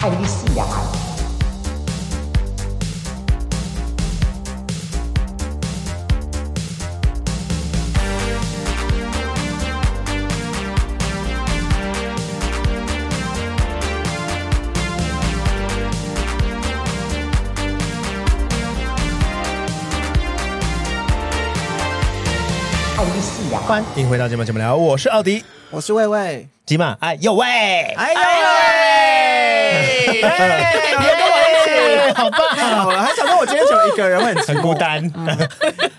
爱丽丝也爱。爱丽丝也爱。欢迎回到节目，节目聊，我是奥迪我是魏魏，吉马，哎呦喂，哎哎呦喂，你要跟我一起，好太棒，好了，还想到我今天只有一个人，我很 寂很寞孤。单。嗯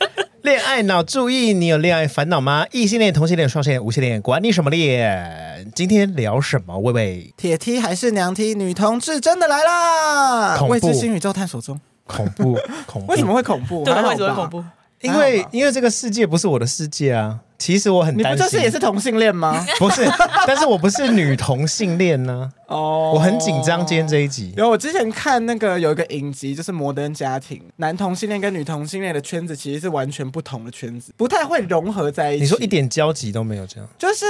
恋爱脑，注意，你有恋爱烦恼吗？异性恋、同性恋、双性恋、无性恋，管你什么恋，今天聊什么？喂喂，铁梯还是娘梯，女同志真的来啦！恐怖未知新宇宙探索中，恐怖，恐怖， 为什么？会恐怖？对，还好为什么吧会恐怖？？因为还好吧因为这个世界不是我的世界啊。其实我很你担不心，就是也是同性恋吗？不是？但是我不是女同性恋呢、 哦，我很紧张今天这一集。有，我之前看那个有一个影集，就是《摩登家庭》，男同性恋跟女同性恋的圈子其实是完全不同的圈子，不太会融合在一起。你说一点交集都没有，这样就是，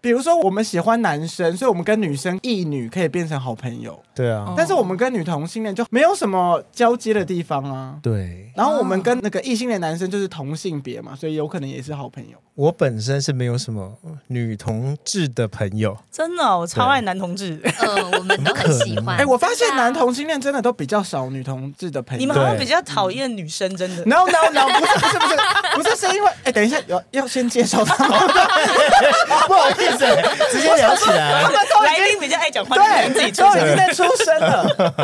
比如说我们喜欢男生，所以我们跟女生异女可以变成好朋友，对啊，哦但是我们跟女同性恋就没有什么交接的地方啊。对然后我们跟那个异性恋男生就是同性别嘛，所以有可能也是好朋友。我本身是没有什么女同志的朋友，真的哦，我超爱男同志，嗯，我们都很喜欢。哎、我发现对啊男同性恋真的都比较少女同志的朋你友们。好像对比较讨厌女生，真的。 No no no，不是不是不是不是，是因为哎、等一下，要要先介绍他们。不好意思，直接聊起来 他。们都来宾比较爱讲话，女生自己对，出都已声经在出生了。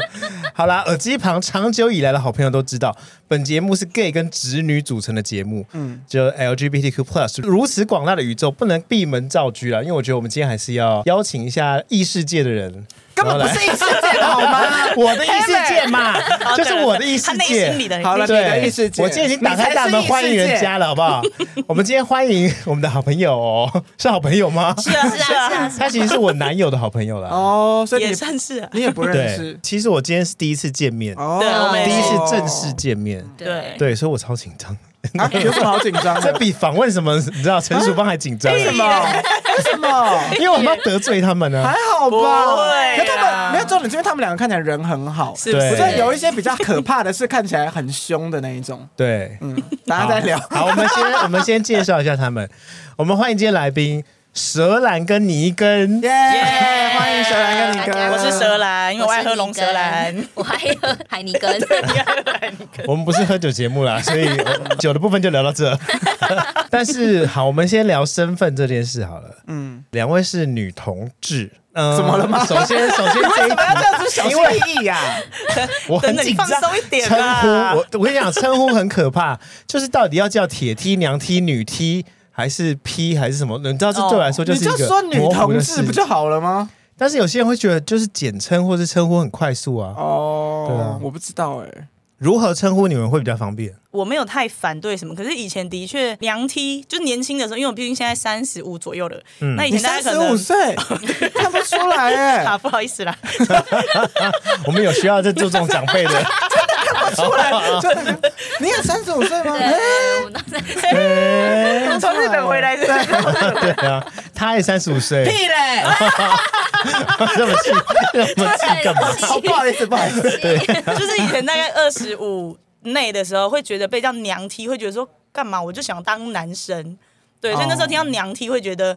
好啦，耳机旁长久以来的好朋友都知道，本节目是 gay 跟直女组成的节目，嗯，就 LGBTQ plus 如此广大的宇宙，不能闭门造车啦，因为我觉得我们今天还是要邀请一下异世界的人，根本不是异世界的好吗？我的异世界 嘛， 就是我的异世他内界心。里的好了对对，你的异世界我今天已经打开大门欢迎人家了，好不好？我们今天欢迎我们的好朋友哦，是好朋友 吗？是啊是是啊是啊啊，是他其实是我男友的好朋友啦。哦，所以也你算 是啊你也不认对识，。其实我今天是第一次见面，哦对我们也第是一次正式见面，哎对对，所以我超紧张， 啊，有什么好紧张这 的？比访问什么你知道陈淑芳还紧张，为什么？为什么？因为我们要得罪他们啊呢 还。好不吧？会可他啦们没有重点，是因为他们两个看起来人很好。是不对我是觉？得有一些比较可怕的是看起来很凶的那一种。对， 嗯，大家再聊。哦好，好我们 先我们先介绍一下他们，我们欢迎今天来宾蛇兰跟尼根耶，。耶欢迎蛇兰跟你大家哥。哎我是蛇兰，因为我爱是喝龙尼舌兰。 根，我爱喝海尼 根。我们不是喝酒节目啦，所 以呃酒的部分就聊到这。 但是好，我们先聊身份这件事好了。嗯，两位是女同志，嗯，怎么了吗？首先，首先这一题，这样子小心翼啊翼呀！我很等等紧你张，放松一点啊称啦呼我，我跟你讲，称呼很可怕， 就是到底要叫铁梯、娘梯、女梯。还是 P 还是什么？你知道这对我来说就哦你是一就个说女模糊同的志事不就好了吗？但是有些人会觉得就是简称或是称呼很快速啊。对啊哦，我不知道哎。如何称呼你们会比较方便？我没有太反对什么，可是以前的确娘梯，就年轻的时候，因为我毕竟现在三十五左右了，那以你前哎三大家十可能五 岁，看不出来啊，哎，不好意思啦，我们有需要在注重长辈的。 看不出来。就那个你也三十五岁吗？哎对，我 们都在我从日本回来是对啊，他也三十五岁，屁嘞，这么气，这么气干嘛？哦，不好意思，不好意思， 就是以前大概二十五内的时候，会觉得被叫娘梯，会觉得说干嘛，我就想当男生，对，所以那时候听到娘梯会觉得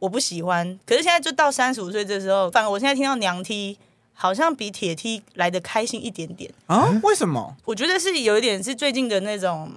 我不喜欢，可是现在就到三十五岁这时候，反而我现在听到娘梯，好像比铁梯来的开心一点点，啊？为什么我觉得是有一点是最近的那种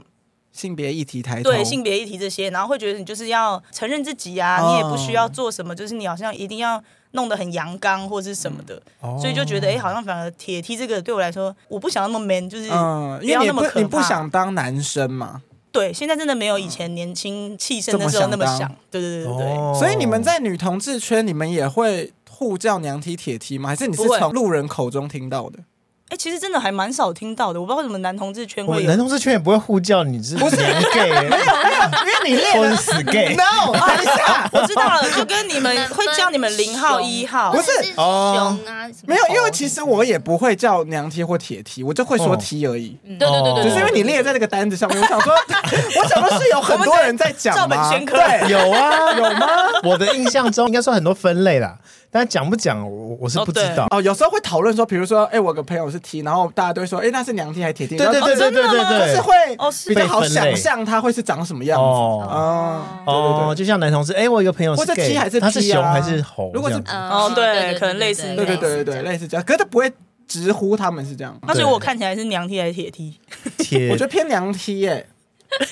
性别议题抬头？对性别议题这些，然后会觉得你就是要承认自己啊，哦你也不需要做什么，就是你好像一定要弄得很阳刚或是什么的，哦哦所以就觉得哎、诶好像反而铁梯这个对我来说，我不想要那么 man，就是嗯，不因要为你那么不可怕。你不想当男生嘛，对，现在真的没有以前年轻气盛的时嗯候这那么么想当想，对对对对对。哦所以你们在女同志圈，你们也会互叫娘踢铁踢吗？还是你是不会从路人口中听到的？ 哎、其实真的还蛮少听到的，我不知道为什么男同志圈我会们男有。同志圈也不会互叫你是娘 gay，没有没有，因为你练是死 gay， 哦 No，等啊一下， 我知道了，就跟你们们会叫你们零号、一号不，是哦熊啊，什么没有，猴因为其实我也不会叫娘踢或铁踢，我就会哦说踢而已。嗯对对对对，哦对只是因为你列在这个单子上面，我 想说，我想说是有很多人在讲照本吗？宣科对，有啊，有吗？我的印象中应该说很多分类啦，但讲不讲，我我是不知道。哦，有时候会讨论说，比如说，哎、我有个朋友是 T，然后大家都会说，哎、那是娘 T 还是铁 T？对对然后对对对对就哦是对，哦会是比较好被分类想象他会是长什么样子。哦哦，对对对哦，就像男同事，哎，我有个朋友或是者 gay， T 还是他是 P 啊熊还是猴？如果是这样子哦对可能类似对对对对对，类似这样，可是他不会直呼他们是这样。那所以我看起来是娘 T 还是铁 T？铁，我觉得偏娘 T 耶、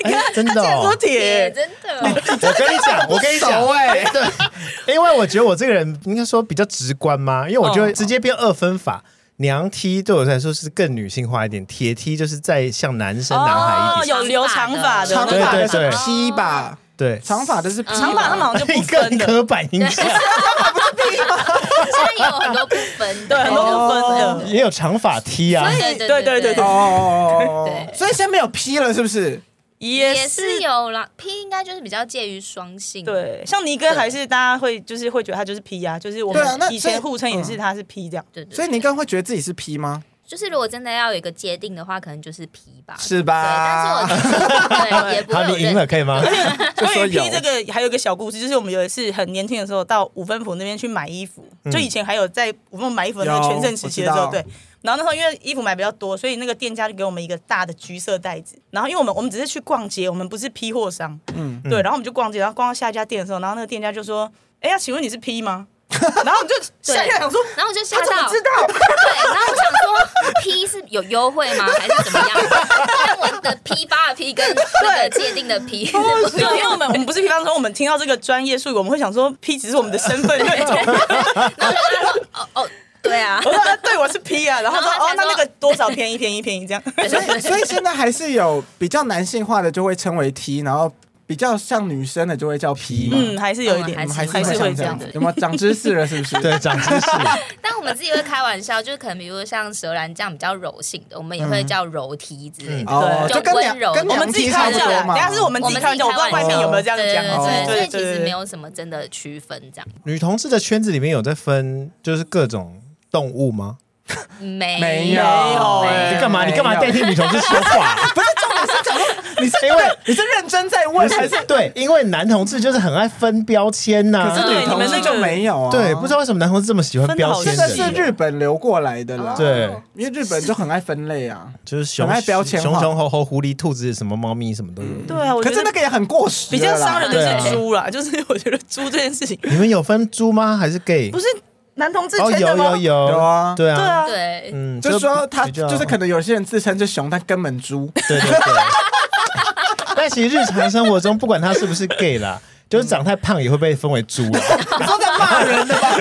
哎真的竟然哦说。也铁，真的，我跟你讲，我跟你讲熟，哎、 因为我觉得我这个人应该说比较直观嘛，因为我就会哦直接变二分法。娘 T 对我来说是更女性化一点，铁 T 就是再像男生男孩一哦点。有留长发的，长长发发的对对的是对 P 吧？对，长发的是 P，吧长发他们好像就不一个 分一的，刻板印象，哦现在有很多不分对，的，很多不分哦的。也有长发 T 啊。对对对对对，哦，对所以现在没有 P 了，是不是？也也是有啦。P 应该就是比较介于双性，，对，像尼哥还是大家会就是会觉得他就是 P 啊，就是我对啊那们以所以前互称也是他是 P 这样。对对。所以你刚会觉得自己是 P 吗？就是如果真的要有一个界定的话，可能就是 P 吧，是对，但吧？是 我对也不哎好，会有你赢认了，可以吗？关于就说 P 有这个还有一个小故事，就是我们有一次很年轻的时候到五分埔那边去买衣服，就以前还有在五分埔买衣服的那个全盛时期的时嗯有候，我知对道。然后那时候因为衣服买比较多，所以那个店家就给我们一个大的橘色袋子。然后因为我们我们只是去逛街，我们不是批货商，嗯，对。然后我们就逛街，然后逛到下一家店的时候，然后那个店家就说：“哎呀，请问你是 P 吗？” 然后我们就对下一家想说。然后我就吓 他怎么到，知道？ 对，然后我想说 P 是有优惠吗，还是怎么样？但我的 P 八的 P 跟那个界定的 P 是不一对，样因为我们我们不是比方说我们听到这个专业术语，我们会想说 P 只是我们的身份认同，然后他说哦哦，对啊， 我说啊对我是 P 啊，然后说然后他哦才那说那个多少便宜便宜便宜这样， 所以所以现在还是有比较男性化的就会称为 T，然后比较像女生的就会叫 P 嘛。嗯还是有一点嗯，我们还还是是会像这会这样样子子，有没有长知识了？是不是？对，长知识。但我们自己会开玩笑，就是可能比如说像蛇兰这样比较柔性的，我们也嗯会叫柔 T 之类的。哦，对就跟温娘柔跟我我娘们自己 T 开差玩不笑多啦，嘛。等下是我们自己开玩笑，我不知道外面有没有这样讲对对对，所以对其对实没对。有什么真的区分这样， 女同志的圈子里面有在分，就是各种动物吗？没没有没哎你干嘛？没有你干嘛代替女同志说 话？不是重点是讲说你是 因为你是认真在不问 还是？是 对，因为男同志就是很爱分标签呐、可是对女同你们志那就个没有啊？对，不知道为什么男同志这么喜欢标这签真的个人，是日本流过来的啦。哦对，因为日本就很爱分类啊，就是熊很爱标签化熊熊猴猴狐狸兔子什么猫咪什么都有。对啊， 我觉可是那得个也很过时比了啦。较伤人对啊的是猪啦，就是我觉得猪这件事情你们有分猪吗？还是 gay？不是男同志哦，圈有的吗？有有有啊对啊，对啊，对，嗯，就是说他比较就是可能有些人自称是熊，但根本 猪。对对对。 但其实日常生活中，不管他是不是 gay 啦，就是长太胖也会被分为猪啊啦。你说在骂人的吧？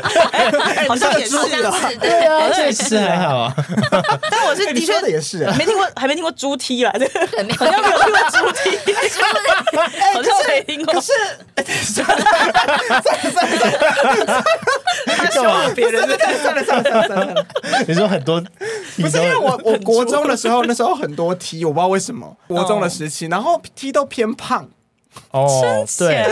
好像也是好。像是对的，啊，这 其实还好啊。但我是哎你的确说的也是哎 没听过，还没听过猪踢啦，这个对没 有好像没有听过猪 踢，好像没听过可。 是， 算了干嘛？别人算了算了算了算 了，你说很多，不不是因为我我国中的时候，那时候很多 T，我不知道为什么国哦中的时期，然后 T 都偏胖。哦，啊对，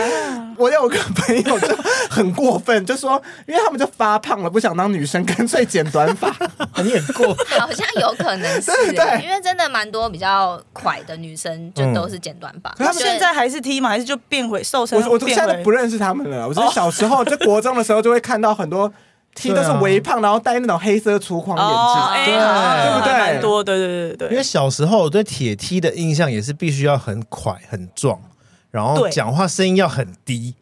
我有个朋友就很过分，就说因为他们就发胖了，不想当女生，干脆剪短发。你也过。好像有可能是对，对因为真的蛮多比较快的女生嗯就都是剪短发，可他们就现在还是踢吗？还是就变回瘦身？我我现变在回都不认识他们了，我只是小时候就国中的时候就会看到很多 T 都是微胖，然后戴那种黑色粗框哦，眼哎镜。对好对不对蛮多，对对对因为对小时候我对铁梯的印象也是必须要很快、很壮，然后对讲话声音要很低，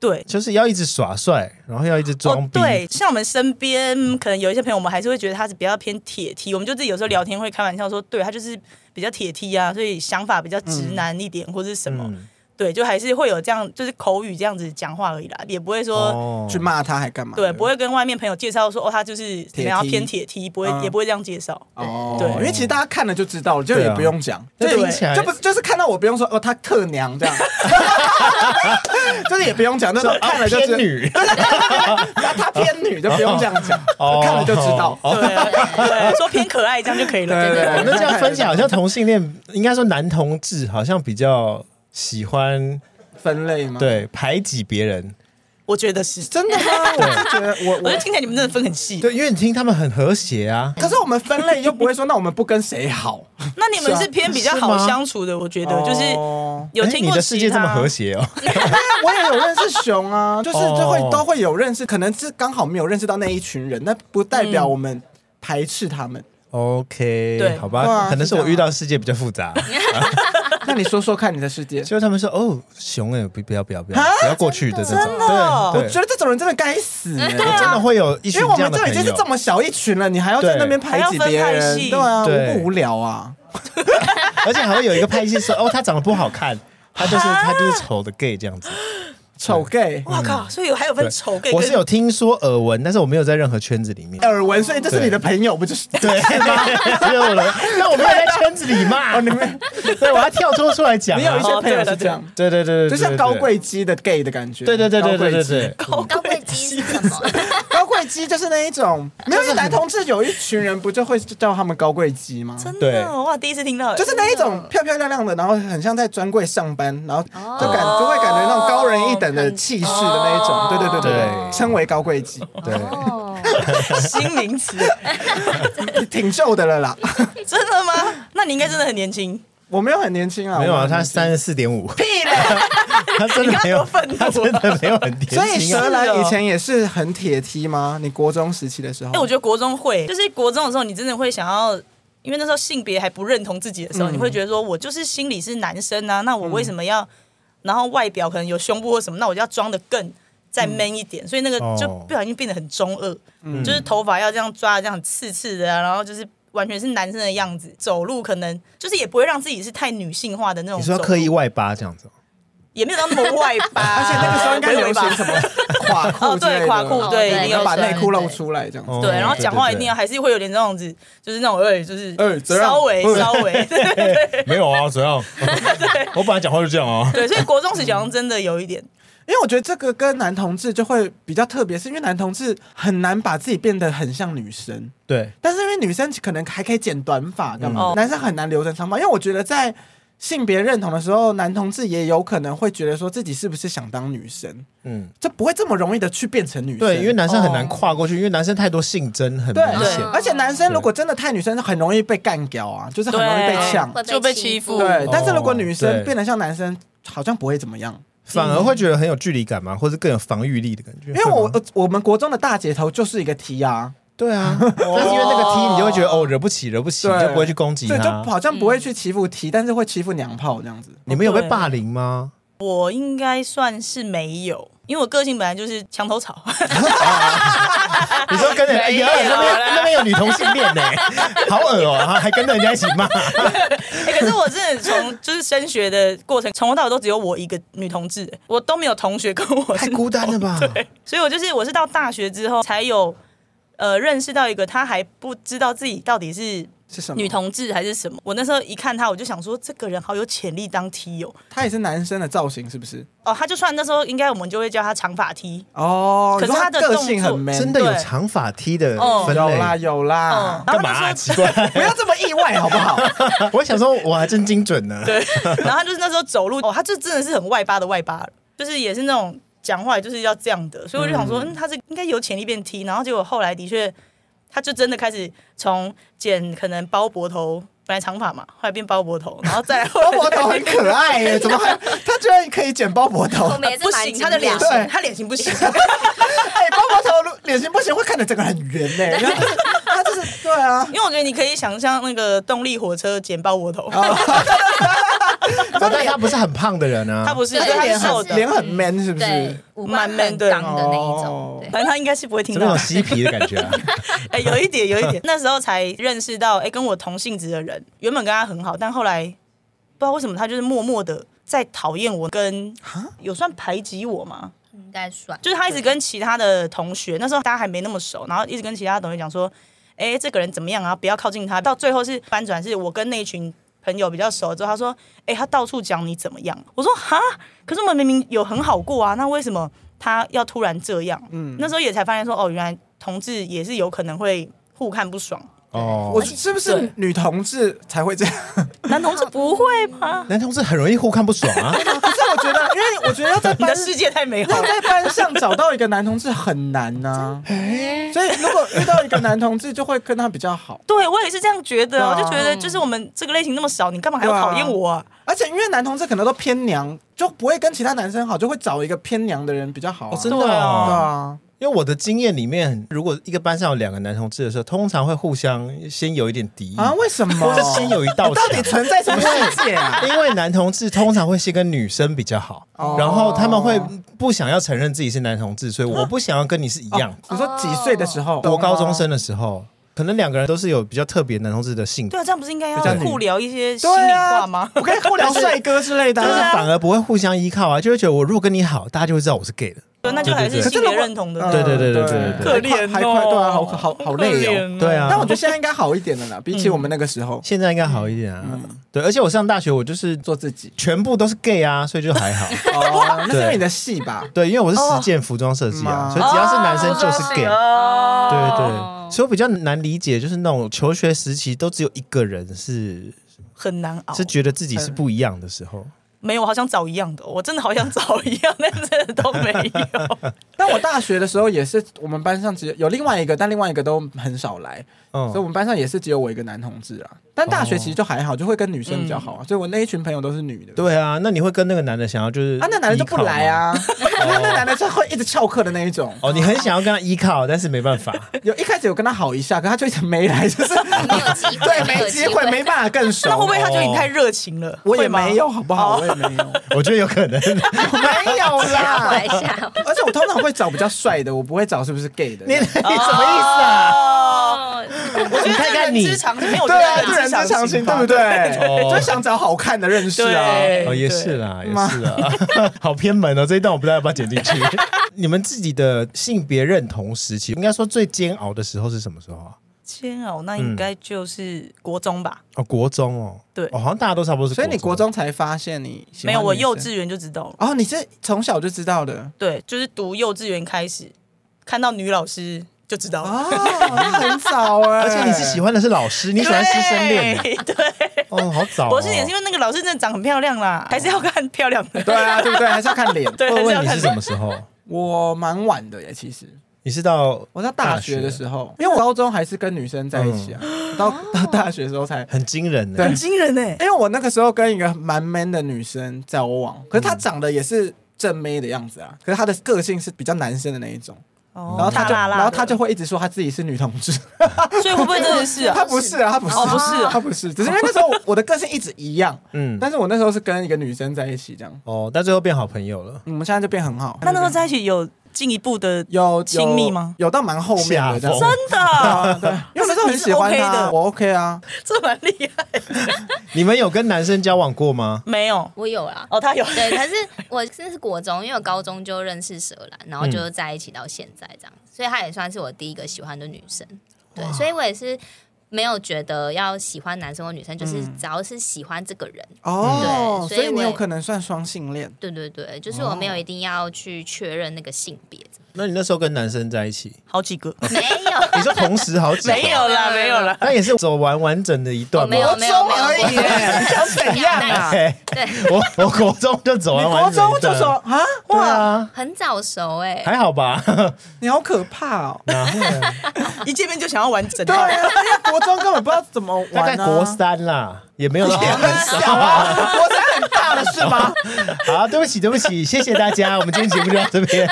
对。就是要一直耍帅，然后要一直装逼。哦。对，像我们身边可能有一些朋友，我们还是会觉得他是比较偏铁梯。我们就自己有时候聊天会开玩笑说，对他就是比较铁梯啊，所以想法比较直男一点，或是什么。嗯对，就还是会有这样，就是口语这样子讲话而已啦，也不会说。哦去骂他还干嘛？对，不会跟外面朋友介绍说哦，他就是怎么样偏铁梯，不会、嗯也不会这样介绍。哦，对因为其实大家看了就知道了，就也不用讲，对就啊也那听起来就不就是看到我不用说哦，她特娘这样，就是也不用讲，就是说 看了就知啊偏，女她她偏女就不用这样讲，哦就看了就知道。对对，说偏可爱这样就可 以了。对对那这样分享，好像同性恋，应该说男同志好像比较喜欢分类吗？，对排挤别人，我觉得是，真 的吗？我是觉得我我就我。听起来你们真的分很细。对，因为你听他们很和谐啊，可是我们分类又不会说，那我们不跟谁好？ 那你们是偏比较好是吗相处的，我觉得就是哦有哎听你过的世界其这么他和。谐 哦，我也有认识熊啊，就是哦就会都会有认识，可能是刚好没有认识到那一群人，但不代表我们排斥他们。 OK，对好对吧，啊可能是是这我样遇到的世界比较复杂，嗯那你说说看你的世界。 就是他们说哦，熊哎，不不要不要不要啊，不要过去的这种，真的哦对我对觉得这种人真的该死、欸，啊我真的会有一因群为我这样们的这朋已经是友这。么小一群了，你还要在那边排挤别还要分派人，系对啊，对无不无聊啊？ 而且还会有一个拍戏说，哦，他长得不好看，他就是他就是丑的 gay 这样 子。丑 gay 哇靠！所以还有分丑嗯 gay，我跟是有听说耳闻，但是我没有在任何圈子里 面。耳闻，所以这是你的朋友，不就是？对 吗？没有了，但我没有在圈子里 哦嘛。对，我要跳脱出来讲啊。你有一些哦朋友对是了这样，对对对对，就对像高。贵鸡的 gay 的感觉。对对对对对对对高贵鸡对，对高贵鸡是什么？高贵鸡就是那一 种，没有男同志有一群人不就会叫他们高贵鸡吗？真对的哦哇，第一次听到，就是那一种漂漂亮亮的，然后很像在专柜上班，然后就感哦就会感觉那种高人一等的气势的那一哦种，对对对对对对，称为高贵鸡， 对哦， 新名词，挺旧的了啦。 真的吗？那你应该真的很年轻，我没有很年轻啊，没有啊，我他三十四点五，屁嘞。 他真的没有你刚刚多愤，怒他真的没有很年轻所啊。以蛇兰以前也是很铁梯吗？你国中时期的时候，哎、我觉得国中会，就是国中的时候，你真的会想要，因为那时候性别还不认同自己的嗯时候，你会觉得说我就是心里是男生啊，那我为什么要？然后外表可能有胸部或什么，那我就要装的更嗯再 man 一点，所以那个就哦不小心变得很中二，就是头发要这样抓的这样刺刺的、啊，然后就是。完全是男生的样子，走路可能就是也不会让自己是太女性化的那种你走说路。要刻意外八这样子哦，也没有那么 外八，而且那个时候应该流行微什吧么垮裤哦之类的，对垮裤对一定要要把内裤穿露出来这样子。哦对，然后讲话对一定要还是会有点那样子，就是那种哎，就是哎怎样稍微哎稍 微对没有啊，怎样？我本来讲话就这样啊。 对，所以国中时期好像真的有一点，因为我觉得这个跟男同志就会比较特别，是因为男同志很难把自己变得很像女生，对，但是因为女生可能还可以剪短发干嘛哦的，嗯男生很难留成长发。因为我觉得在性别认同的时候，男同志也有可能会觉得说自己是不是想当女生，嗯，这不会这么容易的去变成女生。对，因为男生很难跨过去，因为男生太多性征，很对明对显。而且男生如果真的太女生，很容易被干掉啊，就是很容易被呛。会就被欺负对，但是如果女哦对生变得像男生，好像不会怎么样。反而会觉得很有距离感嘛，或者更有防御力的感觉。因因为我我们国中的大姐头就是一个 T 啊，对啊，但是因为那个 T，你就会觉得哦，惹不起，惹不起，对你就不会去攻击对，就他。好像不会去欺负 T，、但是会欺负娘炮这样子。你们有被对霸凌吗？我应该算是没有，因为我个性本来就是墙头草， 你说跟人哎没呀有，那边啦那边有女同性恋呢，好恶哦，然后还跟着人家一起骂。哎可是我真的从就是升学的过程，从头到尾都只有我一个女同志，欸我都没有同学跟我太是孤单了 吧？所以我就是我是到大学之后才有。呃，认识到一个他还不知道自己到底是是什么？女，同志还是什么。我那时候一看他，我就想说，这个人好有潜力当 T 哦。她也是男生的造型是不是？哦，他就算那时候应该我们就会叫他长发 T，哦，可是你说她她的个性很动作 man，真的欸有对长发 T 的哦分有啦类？有啦嗯，干嘛啊？然后他就奇怪，不要这么意外好不 好？ 我想说我还真精准呢。对， 然后他就是那时候走路，哦，他就真的是很外八的外八，就是也是那种讲话就是要这样的，所以我就想说，嗯，他是应该有潜力变 T，然后结果后来的确，他就真的开始从剪可能包脖头，本来长发嘛，后来变包脖头，然后再来包脖 头很可爱耶，怎么还她居然可以剪包脖 头？我们也是不蛮行，惊他的脸讶对型，他脸型不行，哎，包包头如脸型不行，会看着整个人很圆 呢、然后就是他就是对啊， 因为我觉得你可以想象那个动力火车剪包脖头，但他不是很胖的人啊， 他不是，对对，他脸是瘦很的，脸很 man 是不对是？，五官很刚的那一哦种，对反正他应该是不会听怎么到有。嬉皮的感觉啊？哎、有一点，有一点。那时候才认识到，哎、跟我同性质的人，原本跟他很好，但后来不知道为什么，他就是默默的在讨厌我，跟有算排挤我吗？应该算。就是他一直跟其他的同学，那时候大家还没那么熟，然后一直跟其他同学讲说，哎、这个人怎么样啊？不要靠近他。到最后是翻转，是我跟那群朋友比较熟之后，他说，哎、他到处讲你怎么样？我说哈，可是我们明明有很好过啊，那为什么他要 突然这样？嗯，那时候也才发现说，哦，原来同志也是有可能会互看不爽。 哦，我是不是对女同志才会这样？ 男同志不会吧？男同志很容易互看不爽啊，可是我觉得，因为我觉得要在 你班的世界太美好要了。在班上找到一个男同志很难 呐、所以如果遇到一个男同志，就会跟他比较好。对我也是这样觉得，对啊我就觉得就是我们这个类型那么少，你干 嘛还要对啊讨厌我啊？而且因为男同志可能都偏娘，就不会跟其他男生好，就会找一个偏娘的人比较好、啊哦真的对啊对哦。啊，因为我的经验里面，如果一个班上有两个男同志的时候，通常会互相先有一点敌嗯意，啊，为什或么者？先有一道你到底墙存在什么世界 啊？ 因为男同志通常会先跟女生比较好，哦然后他们会不想要承认自己是男同志，所以我不想要跟你是一样。你说几岁的时候？我哦高中生的时候，可能两个人都是有比较特别男同志的性格对，啊，这样不是应该要比较女互聊一些心对里啊话吗？我可以跟我聊帅哥之类的但啊、是反而不会互相依靠啊，就会觉得我如果跟你好，大家就会知道我是 gay 的。对，那就还是对对对性别认同的。嗯对对对对对对可怜哦还快对啊，好好好累可哦。怜哦对啊但我觉得现在应该好一点了啦，比起我们那个时候现在应该好一点啊。对，而且我上大学我就是做自己。全部都是 gay 啊，所以就还好。嗯哦，那是因对为你的戏吧？对，因为我是实践服装设计啊，嗯所以只要是男生就哦是 gay。哦对哦对，所以我比较难理解，就是那种求学时期都只有一个人是很难熬是。觉得自己是嗯不一样的时候。没有，我好想找一样的，哦我真的好想找一样， 但真的都没有。但我大学的时候也是，我们班上只有有另外一个，但另外一个都很少来，嗯所以我们班上也是只有我一个男同志啊。但大学其实就还好，就会跟女生比较好啊。所以我那一群朋友都是女的。对啊，那你会跟那个男的想要就是啊，那男的就不来依啊， 那那男的就会一直翘课的那一种。靠吗？哦，你很想要跟他依靠，但是没办法。 有一开始有跟他好一下，可他就一直没来， 就是没有机会对，没有没机机会，会没办法更熟。那会不会 他觉得你太热情了？哦我也会吗没有，好不好？哦我也没有，我觉得有可能。我 没有吓啦坏。吓 而且我通常会找比较帅的，我不会找是不是 gay 的。你你什么意思啊？哦，坏！我觉得看看人你之常情，没有我觉对啊，得这人之之常情，对哦吧不？对？对就想找好看的认识啊。对哦，也是啦，也是啦， 好偏门哦！这一段我不知道要不要剪进去。你们自己的性别认同时期，应该说最煎熬的时候是什么时候啊？煎熬，哦那应该就是国中吧？哦，国中哦，对哦，好像大家都差不多是。所以你国，中才发现嗯你喜欢没有，我女幼生稚园就知道了。哦，你是从小就知道 的对，就是读幼稚园开始，看到女老师就知道了。哦，那很早哎，而且你是喜欢的是老师，你你喜欢师生恋 的 对，对哦，好早哦。博士也是因为那个老师真的长很漂亮啦，还是要看漂亮的。对啊，对不对？还是要看脸。 对，还问是要问你看是什么时候？我蛮晚的耶，其实你是到我在大学的时候，因为我高中还是跟女生在一起啊，到 到大学的时候才。很惊人呢、对很惊人呢、欸因为我那个时候跟一个蛮 man 的女生交往，可是她长得也是正妹的样子啊，可是她的个性是比较男生的那一种，然然后她就哦辣辣的然后她就，会一直说她自己是女同志， 所以会不会真的是啊？她不是啊，她不是，哦不是她不是，只是因为那时候我我的个性一直一样，嗯，但是我那时候是跟一个女生在一起这样，哦，但最后变好朋友了。我们现在就变很好。那那时候在一起有进一步的有有亲密吗有到蛮后面的这下风样子，真 的，对，因为我那时候很喜欢你是她，OK 的我 OK 啊，这蛮厉害。你们有跟男生交往过吗？没有我有啦。哦，他 有对，可是我真是国中，因为我高中就认识蛇兰，然后嗯就在一起到现在这样，所以她也算是我第一个喜欢的女生。对，所以我也是没有觉得要喜欢男生或女生，就是嗯只要是喜欢这个人，哦，对所所以以我你也有可能算双性恋。对对对，就是我哦没有一定要去确认那个性别，那你那时候跟男生在一 起，好几个，没有，你说同时好几个？ 没有啦，没有啦。那也是走完完整的一段我吗？哦没有没有没而有，已耶我怎 样 啊对，我我国中就走你完国完整中一就段。说啊，对哇，啊，很早熟哎、还好 吧。你好可怕哦！然后一见面就想要完整对啊，因为国中根本不知道怎么大概玩啊。国三啦，也没有到很 很小啊，国三很大了是 吗？好，对不起，对不起，谢谢大 家，我们今天节目就到这边。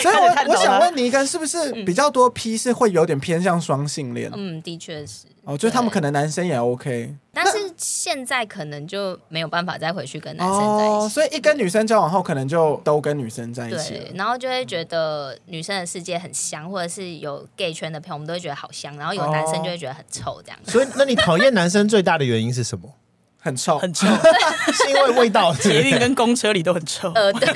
所以开始探我讨我了想问你一个，是不是比较多 P 是会有点偏向双性恋？嗯，的确是。哦，就是他们可能男生也 OK，但是现在可能就没有办法再回去跟男生在一哦，起，所以一跟女生交往后，可能就都跟女生在一起对，了。然后就会觉嗯得女生的世界很香，或者是有 gay 圈的朋友，我们都会觉得好香，然后有男生就会觉得很臭这样。所以，那你讨厌男生最大的原因是什么？很臭，很臭，是因为味道？ 捷运跟公车里都很臭。呃，对，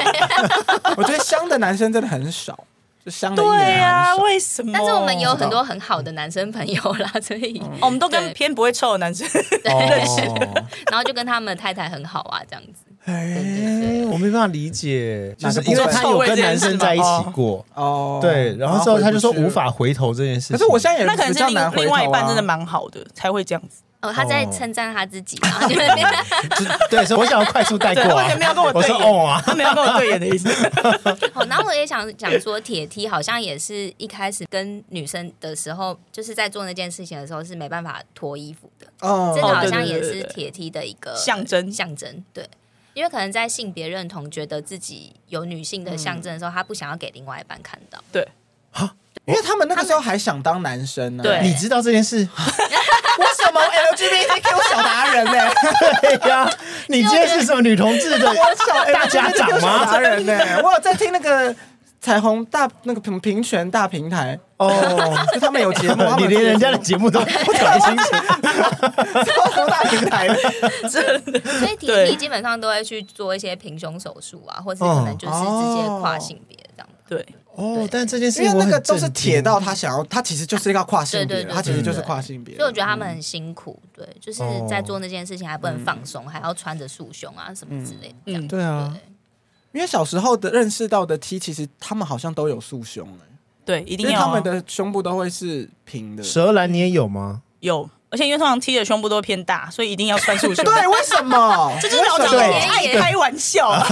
我觉得香的男生真的很少，就香的艺对啊人呀，很少。为什么？但是我们有很多很好的男生朋友啦，所以、哦，我们都跟对偏不会臭的男生，哦， 然后就跟他们太太很好啊，这样子。对嗯哎，我没办法理解，就哪是个因为部分他有跟男生在一起过，哦，对，然后之后他就说回不去无了。法回头这件事情。可是我现在也那可能比是较另难回头啊另外一半真的蛮好的，才会这样子。哦，他在哦称赞他自己， 然后就好就对，所以我想要快速带对，过 他完啊全。没有跟我我对说眼，哦啊，他没有跟我对眼的意思。然后我也想讲说，铁梯好像也是一开始跟女生的时候，就是在做那件事情的时候是没办法脱衣服的，哦，这个哦好对像对也对是对铁梯的一个象征象征对。因为可能在性别认同，觉得自己有女性的象征的时候，他不想要给另外一半看 到。 因为他们那个时候还想当男生呢。对你知道这件 事？为什么 LGBTQ 小达人呢？ 对呀，你今天是什么女同志 的大家长 LGBTQ 小吗？达人呢？我有在听那个彩虹大那个平平权大平台，哦，就他们有节目，他们 你有连人节家目的节目 都不搞清楚， 超大平台的，所以体对力基本上都会去做一些平胸手术啊，或是哦可能就是直接跨性别这样。对，哦，但这件事因为情我那个很都是震惊铁到他想要，他其实就是一个跨性对别对，对他其实就是跨性别。所以我觉得他们很辛苦，对，就是在做那件事情还不能放哦松，还要穿着束胸啊什么之类的。这样嗯对啊，因为小时候的认识到的 T，其实他们好像都有束胸哎，对，一因定为要他啊们的胸部都会是平的。蛇兰，你也有吗？有，而且因为通常 T 的胸部都会偏大，所以一定要 穿束胸。对，为什么？这就是老蒋对爱开玩笑啊，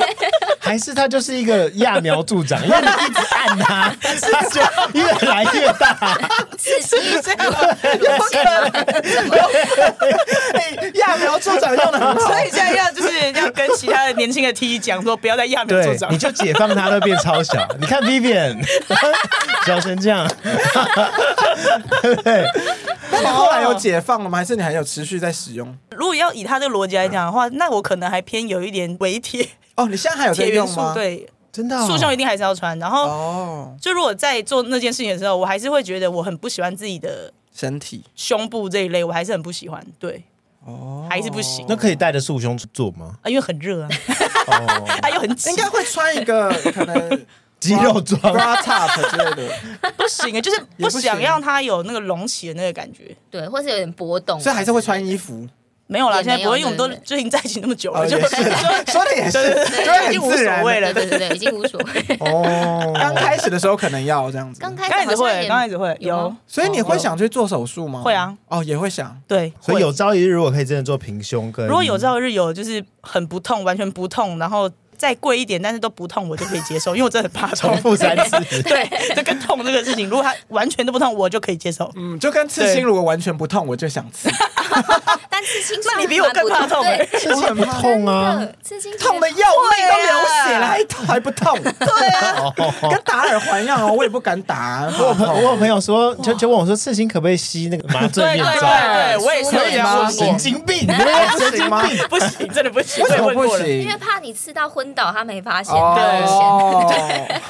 还是他就是一个揠苗助 长，因为你一直按他，他就越来越大。刺激这样不可能。揠苗助长用的很 好所以现在要就是要跟其他的年轻的 T 讲说，不要再揠苗助对，长你。就解放他，都变超小。你看 Vivian 小成这样，那你后来有解放了吗？还是你还有持续在使用？如果要以他这个逻辑来讲的话，那我可能还偏有一点微铁哦，你现在还有在铁元用素吗？，对，真的哦束胸一定还是要穿。然后哦，就如果在做那件事情的时候，我还是会觉得我很不喜欢自己的身体胸部这一类，我还是很不喜欢，对，哦，还是不行。那可以带着束胸做 吗？啊，因为很热啊， 哦，它又很紧应，该会穿一个可能肌肉 装 bra top 之类的，不行啊，就是也不不行想让它有那个隆起的那个感觉。对，或是有点波动啊，所以还是会穿衣服。没有啦，也现在没不会，因有为我们都对不对最近在一起那么久哦，了，就也 是啦，说的也对是，对就会已经很无自所然。啊谓了对。对对对，已经无所谓。哦，刚开始的时候可能要这样子， 刚刚开开始始好像会，也刚开始会有啊有吗，所以你会想去做手术吗？会啊，哦，也会想。对，所以会有嗯朝一日如果可以真的做平胸跟，如果有朝一日有就是很不痛，完全不痛，然后再贵一点，但是都不痛，我就可以接受，因为我真的很怕 痛重。复三次， 对，这跟痛这个事情，如果它完全都不痛，我就可以接受。 嗯，就跟刺青如果完全不痛，我就想刺，但刺青那你比我更怕痛对欸这也不痛啊，，刺青痛的要命，都流血了，还痛还不痛？对 啊，跟打耳环一样哦，我也不敢打。我有朋 我有朋友说，就就问我说，刺青可不可以吸那个麻醉对对面罩？对，我也是可这以样说吗神过，经病， 对神经吗病。不行，真的不行，为什我么也问不过了。因行为？怕你刺到昏倒，他没发现，对哦，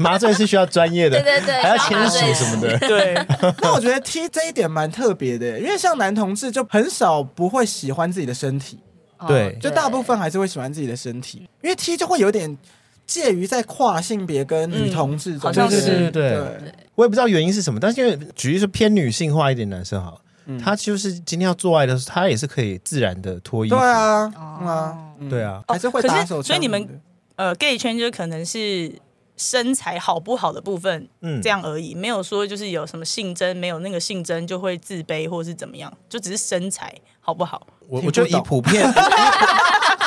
麻醉是需要专业的，对对对还要签署什么 的。对，那我觉得 T 这一点蛮特别的，因为像男同志就很少不会喜欢自己的身体，哦对就大部分还是会喜欢自己的身体，因为 T 就会有点介于在跨性别跟女同志中好像是对对对对我也不知道原因是什么，但是因为举例说偏女性化一点男生好了，他就是今天要做爱的时候，他也是可以自然的脱衣服。对，啊，哦嗯啊，嗯对啊，还是会可是打手枪的。所以你们呃，gay 圈就可能是身材好不好的部分，嗯这样而已，没有说就是有什么性征，没有那个性征就会自卑或是怎么样，就只是身材好不好？我听不我就以懂普遍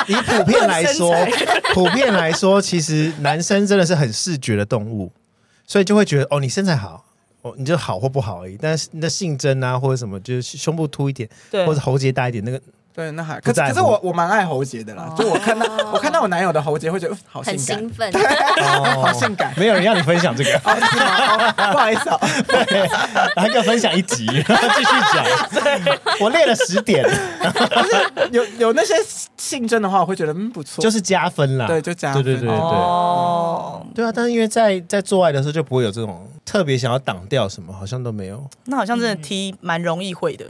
以普以普 遍来说，普遍来说，其实男生真的是很视觉的动物，所以就会觉得哦，你身材好。哦，你就好或不好而已，但是你的性征啊，或者什么，就是胸部凸一点，对或者喉结大一点，那个对那还不可是在可乎是我我蛮爱喉结的哦啦，就我 看到我看到我男友的喉结会觉得呃好很性兴感，奋， 哦好性感。 没有人要你分享这个，哦是吗哦不 好意思哦，还要分享一集， 然后继续 讲。我列了十点，有有那些性征的话，我会觉得嗯不错，就是是加分啦。对就加对分对对对对哦，对啊！但是因为在在做爱的时候就不会有这种特别想要挡掉什么，好像都没有。那好像真的 T 蛮容易会的。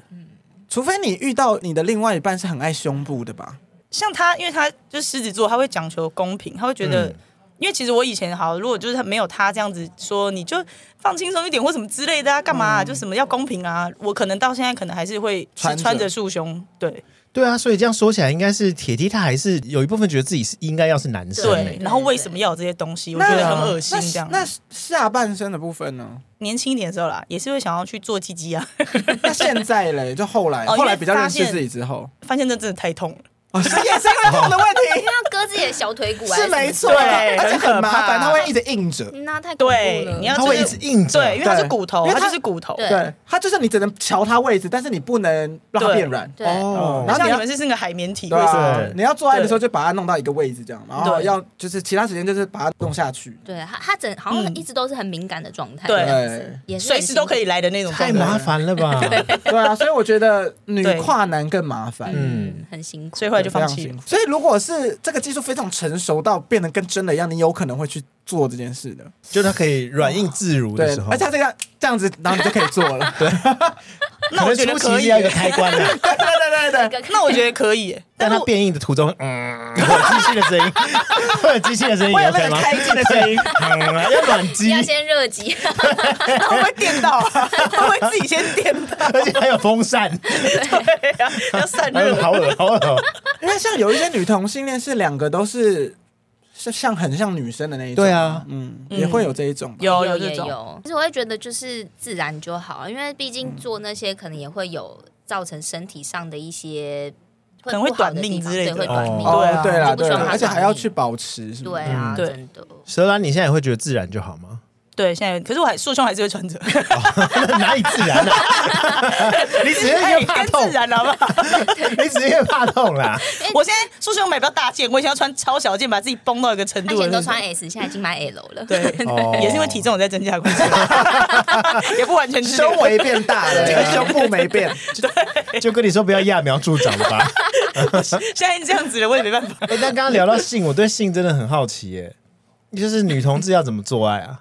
除非你遇到你的另外一半是很爱胸部的吧？像他，因为他就是狮子座，他会讲求公平，他会觉得嗯因为其实我以前好，如果就是没有他这样子说，你就放轻松一点或什么之类的啊，干嘛啊、嗯就什么要公平啊，我可能到现在可能还是会是穿着穿着束胸，对对啊，所以这样说起来，应该是铁梯他还是有一部分觉得自己是应该要是男生、对欸，，然后为什么要有这些东西，我那觉得很恶心这样。那那下半身的部分呢？年轻一点的时候啦，也是会想要去做鸡鸡啊， 那现在嘞，就后来哦因为后来比较认识发现自己之后，发现这真的太痛了。哦，是也是因为痛的问题，要割自己的小腿骨啊还 是什么没错，对而且很麻烦，很可怕它会一直硬着。嗯那太恐怖对了，。你要他就会是一直硬着，对，因为它是骨头，因为它它就是骨头。对对，它就是你只能瞧它位置，但是你不能让它对变软。对哦，然后像你你要们是那个海绵体，对为什么啊对，你要做爱的时候就把它弄到一个位置这样，然后对要就是其他时间就是把它弄下去。对他，他整好像嗯一直都是很敏感的状态，对这样子，也是很嗯随时都可以来的那种太状态？麻烦了 吧？对啊，所以我觉得女对跨男更麻烦。辛苦，嗯嗯，很辛苦。所以后来就非放常弃辛了苦。。所以如果是这个技术非常成熟到变得跟真的一样，你有可能会去做这件事的。就他可以软硬自如对的时，候，而且它这个这样子，然后你就可以做了。对那我觉得可能初期可以是要一个开关 的，对对对对，那我觉得可以耶，但但是他我变硬的途中，嗯，会有机器的声音，会有机器的声 音，会有你那 OK 个吗？开机的声音，嗯，要暖机，要先热机，会不会电到啊？会 不会自己先电到？ 而且还有风 扇，对啊，要散哎呦，热。好恶，好恶。 因为像有一些女同性恋是两个都是是像很像女生的那一种。对啊，嗯，嗯也会有这一种吧。 有 有有这种，有。其实我会觉得就是自然就好，因为毕竟做那些可能也会有造成身体上的一些可能会不好的短命地方之类的对，会短命。哦哦对啊对就啦不对喜欢啦，它而且长还要腻去保持什么对的。啊，嗯对真的。蛇兰，你现在也会觉得自然就好吗？ 对，现在可是我还束胸还是会穿着，哪里自然了、 你 只是因为怕跟哎自痛，然好不好？你只是因为怕痛啦。我现在束胸买不到大件，我以前要穿超小件，把自己绷到一个程他以度了。前都穿 S，现在已经买 L 了。 对，哦也是因为体重有在增加的关系，也不完全是这胸个围变大了，对 跟啊胸部没变。就跟你说不要揠苗助长了 吧。现在这样子了，我也没办法。哎、但刚刚聊到性，我对性真的很好奇耶、就是女同志要怎么做爱 啊？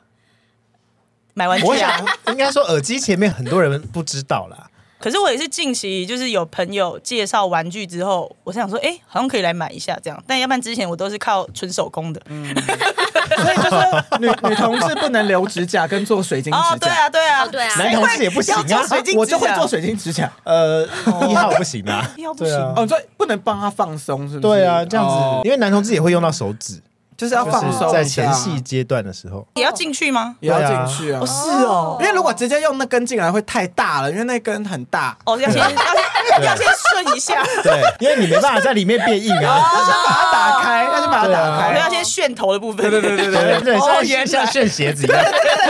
买玩我具啊想，应该说耳机前面很多人不知道啦。可是我也是近期就是有朋友介绍玩具之后，我想说，哎、好像可以来买一下这样。但要不然之前我都是靠纯手工的。 所以就是女女同志不能留指甲跟做水晶哦指，对甲，啊，对啊，哦，对啊，男同志也不行要做啊，水晶指甲我就会做水晶指甲。呃，一号不行啊，一号不对啊哦，所以不能帮他放松，是不是？对啊，这样子，哦因为男同志也会用到手指，就是要就放松是一下在前戏啊阶段的时 候。也要进去吗？也要进去啊哦，。是哦，因为如果直接用那根进来会太大了，因为那根很大，哦，要先要先对要先顺一下，对，因为你没办法在里面变硬啊。哦要先把它打开，要先把它打我开，们要先炫头的部分。啊对对对对对对对，哦像原来像炫鞋子一 样。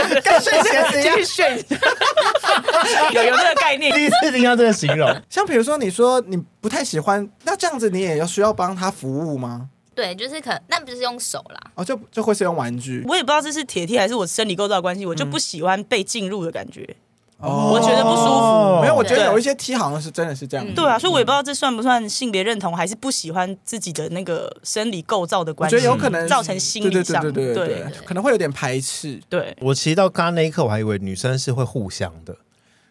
对，跟睡前子一继样。续炫一下， 有有这个概念。第一次听到这个形容，像比如说，你说你不太喜欢，那这样子你也要需要帮他服务吗？对，就是可那不是用手啦， 哦，就就会是用玩具。我也不知道这是铁梯还是我生理构造的关系，我就不喜欢被进入的感觉。哦，我觉得不舒服哦没有，我觉得对有一些 T 好像是真的是这样。对啊，所以我也不嗯知道这算不算性别认同，还是不喜欢自己的那个生理构造的我关系，觉得有可能造成心理上对对对对对对对，可能会有点排斥。对我其实到刚刚那一刻，我还以为女生是会互相的，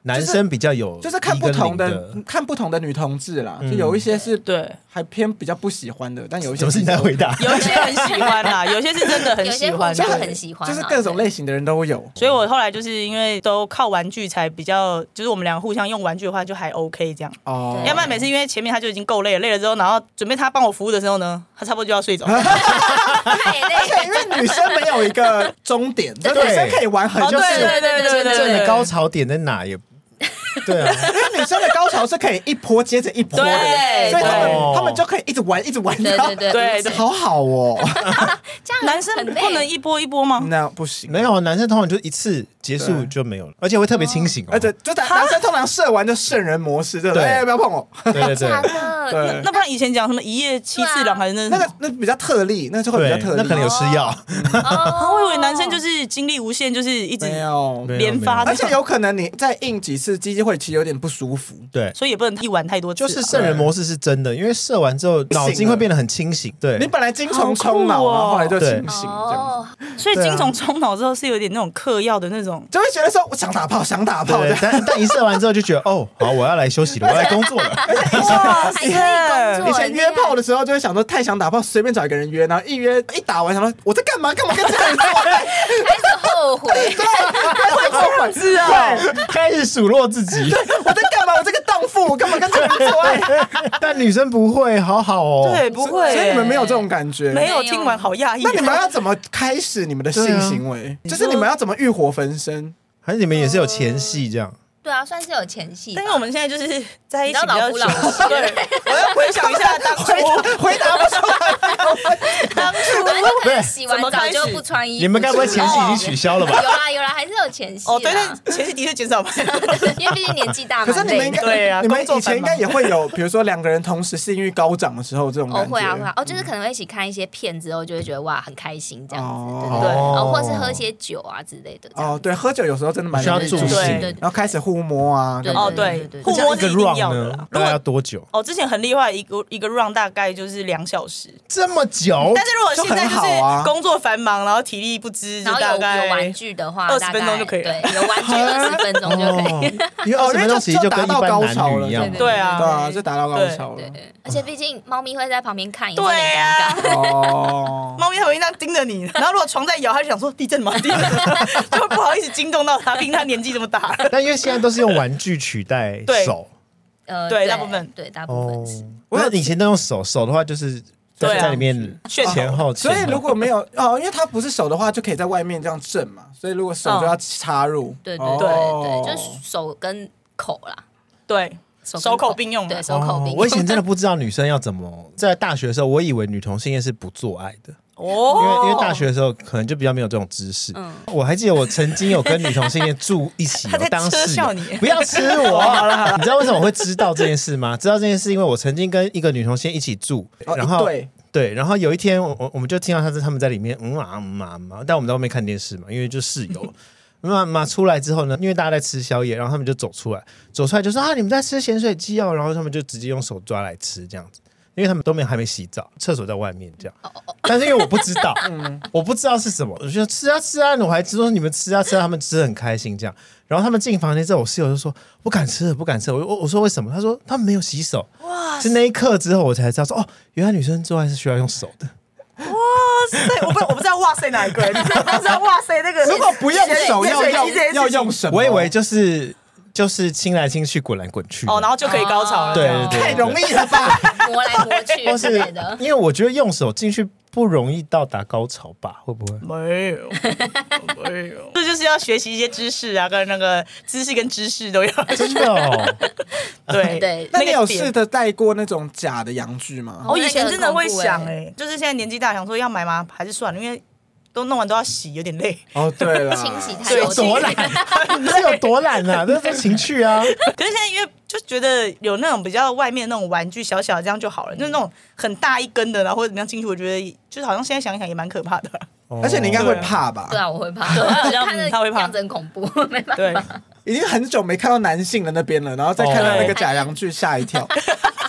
男生比较有就是看不同哦一跟的零的。看不同的女同志啦，嗯就有一些是对，还偏比较不喜欢的， 但有一些怎么是你在回答？有一些很喜欢啦，有一些是真的很有喜些欢互的相对很喜欢啊，就是各种类型的人都有。所以我后来就是因为都靠玩具才比较，就是我们两个互相用玩具的话就还 OK 这样。哦对要不然每次因为前面他就已经够累了，累了之后，然后准备他帮我服务的时候呢，他差不多就要睡着 了。对太累了。因为女生没有一个终 点，就对女生可以玩很哦，久，对就是因对对对对正对，的高潮点在哪也？ 对啊，为女生的高潮是可以一波接着一波的，对所以他对们他们就可以一直玩一直玩。对对对对然后好好 哦。这样男生很累不能一波一波吗？那不行，没有啊，男生通常就一次结束对就没有了，而且会特别清醒哦。而且就男男生通常射完就圣人模式，对不对？对哎，不 要碰我。对对对，假的，对那不然以前讲什么一夜七次啊郎还是那那什个么？那比较特例，那就会比较对特，例。那可能有吃药，哦我以为男生就是精力无限，就是一直没有，没有连发没有的而且有可能你再硬几次鸡鸡会其实有点不舒服。对，所以也不能一玩太多次就啊，是圣人模式是真的，因为射完之后脑筋会变得很清醒。对你，本来精虫充脑，好酷哦然后后来就清醒这样。哦，所以精虫冲脑之后是有点那种嗑药的那 种，就会觉得说我想打炮，想打炮对，的。但但一射完之后就觉得，哦，好，我要来休息了，我要来工作了。 哇还可以工以作前约炮的时候就会想说太想打炮，随便找一个人约，然后一约一打完，想说我在干嘛？干嘛跟这个人做爱？开始后悔，会后悔，是啊，对，开始数落自 己。我在干嘛？我这个荡妇，我干嘛跟这个人做爱？但女生不会，好好哦。对，，不会欸，所以你们没有这种感觉？没有没有听完好讶异。啊那你们要怎么开始你们的性行为？就是你们要怎么欲火焚身？还是你们也是有前戏这样？对啊，算是有前戏 吧。但是我们现在就是在一起你比知道较老久夫，老妻对，我要回想一下当 初，回答不出来，当反初正就可能洗完怎么澡开始就不穿衣服。你们该不会前戏已经取消了有 吧？啦有啦，还是有前戏啦。哦，啊对，但前期的确减少蛮多。因为毕竟年纪大 可嘛，是你们应该，对啊你们工作以前繁忙应该也会有，比如说两个人同时性欲高涨的时候，这种感哦觉。会啊会啊，哦就是可能会一起看一些片之后，就会觉得哇很开心这样子，对哦对对，哦哦或是喝些酒啊之类的这样哦，对，喝酒有时候真的蛮需要容易助对兴对对对然后开始互摸啊，对干嘛哦，的对对对对，互摸一是个一定要 round 的啦呢，。如大概要果多久？哦，之前很厉害，一个一个 round 大概就是两小时，这么久？但是如果现在就就很好啊是工作繁忙，然后体力不支，就然后大有有概玩具的话， 20大概分钟就可以了对，有玩具二 十分钟就可以。哦，因为哦二十分钟其实就跟一般男女一样因嘛。为就达到高潮了对对对对啊，对啊，就达到高潮了。对，而且毕竟猫咪会在旁边看，也会有对点尴尬。啊，哦， 猫咪它会这样盯着你，然后如果床在摇，它就想说地震吗？地震吗，就会不好意思惊动到它，毕竟它年纪这么大了。但因为现在都是用玩具取代对手呃，对大部分对大部哦分是。我有那以前都用手，手的话就是对在啊在里面炫头前后。所以前后如果没有哦，因为它不是手的话，就可以在外面这样震嘛，所以如果手就要插入。对对哦对对，就是手跟口啦， 对，手跟手口并用对的。手口并哦用。我以 前真的不知道女生要怎么在大学的时候，我以为女同性恋是不做爱的，因为哦因为大学的时候可能就比较没有这种知识。我还记得我曾经有跟女同性恋住一起，他在我当车室笑友你不要吃我。你知道为什么我会知道这件事吗？知道这件事，因为我曾经跟一个女同性恋一起住，哦然后一对对，然后有一天我我我们就听到他在他们在里面嗯啊嗯啊嗯啊，但我们在外面看电视嘛，因为就室友。嗯啊嗯啊出来之后呢，因为大家在吃宵夜，然后他们就走出来，走出来就说啊，你们在吃咸水鸡哦，然后他们就直接用手抓来吃这样子，因为他们都没有还没洗澡，厕所在外面这样。但是因为我不知道，我不知道是什么，我就说吃啊吃啊，我还知说你们吃啊吃啊，他们吃的很开心这样。然后他们进房间之后，我室友就说不敢吃了，不敢吃了。我我我说为什么？他说他们没有洗手。哇！是那一刻之后我才知道说哦，原来女生做爱是需要用手的。对，我不我不知道哇塞哪一个，你知道不知道哇塞那个？ 如果不用手要咸水用鸡这件事情要用什么？我以为就是就是亲来亲去，滚来滚去。哦，然后就可以高 潮了。对这样对对太容易了 吧？磨来磨去或之是类的。因为我觉得用手进去不容易到达高潮吧？会不会？没 有，没有，这就是要学习一些知识啊，跟那个姿势跟知识都 要。真的哦，对对那你有点试着戴过那种假的阳具吗？哦我以前真的会想那个很恐怖欸哎、就是现在年纪大，想说要买吗？还是算了，因为都弄完都要洗，有点 累。哦，对了，清洗太这有多懒？这有多懒啊？这是情趣啊！可是现在因为就觉得有那种比较外面那种玩具小小的这样就嗯好了，就是那种很大一根的，然后或者怎么样进去，我觉得就是好像现在想一想也蛮可怕的。 而且你应该会对啊怕吧对？啊，我会怕，他好像看那他会怕真恐怖，没办法。对，啊已经很久没看到男性的那边了，然后再看到那个哦假洋剧，吓一跳。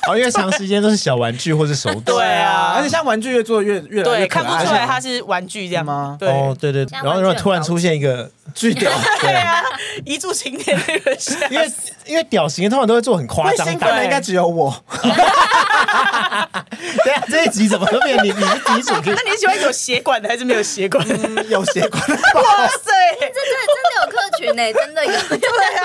哦，因为长时间都是小玩具或是手指。对啊而且像玩具越做越越来对，越可看不爱出来它是玩具这样吗对，哦，对对，这样然后如果突然出现一个，巨屌，对啊，一柱擎天那个像。因为因为屌型通常都会做很夸会张兴的奋，的应该只有我。对啊，这一集怎么都变你你是第一组就 那你喜欢有血管的还是没有血管的？嗯有血管， 哇塞！这真的真的有客群呢，真的有。啊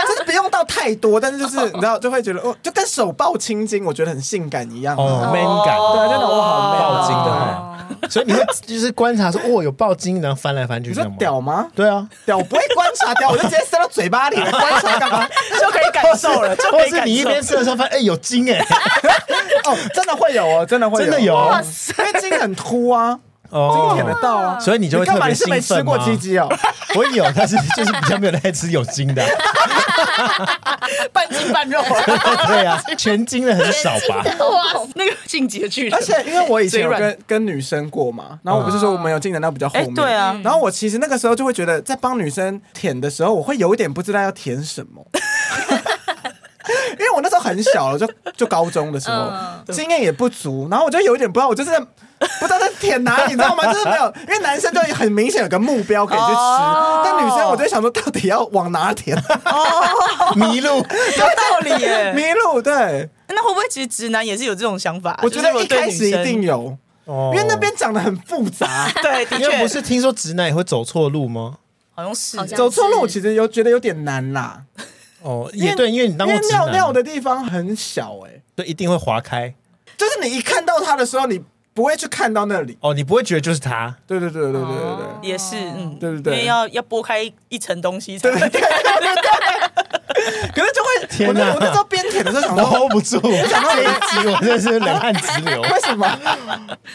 就是不用到太多，但是就是你知道，就会觉得哦，就跟手抱青筋，我觉得很性感一样啊。哦 man 对感，啊，真的我好美爆啊金的哈，所以你会就是观察说哦有爆金，然后翻来翻去你这说样吗？屌吗？对啊，屌我不会观察屌，我就直接塞到嘴巴 里了，观察干嘛？就可以感受了，就或可以是感你一受。边吃的时候发现哎有金哎，哦，真的会有哦，真 的会真的有哇因为筋很凸啊，筋舔得到啊，所以你就会干特嘛？别你是兴没吃奋过吗？鸡鸡 哦？我有，但是就是比较没有人爱吃有筋的，半斤 半肉，对啊，全筋的很少吧？哇，那个晋级的巨人而，且因为我以前有 嘴跟跟女生过嘛，然后我不是说我们有进展到比较后面，哎对啊然后我其实那个时候就会觉得，在帮女生舔的时候，我会有一点不知道要舔什么。因为我那时候很小了，就就高中的时候，嗯经验也不足，然后我就有一点不知道，我就是在不知道在舔哪里，你知道吗？就是没有，因为男生就很明显有个目标可以去吃，哦但女生我就想说，到底要往哪舔？迷路，有道理 耶。迷路，对，那会不会其实直男也是有这种想法？我觉啊就是得一对开女哦始一生，定有，因因为那边讲的很复杂对，的哦因为确不是听说直男也会走错路吗？好像是好像走错路其实有觉得有点难啦，哦，也对，因为你因当过为直尿男，尿的地方很小，哎，对，一定会划开。就是你一看到它的时候，你不会去看到那里。哦，你不会觉得就是他，对对对对对对对哦也是，嗯，对对对因为要要剥开一层东西才能 可是就 会，天我哪那我那时候边舔的时候想我 说， hold 不住。这一集我真的是冷汗直 流，为什么？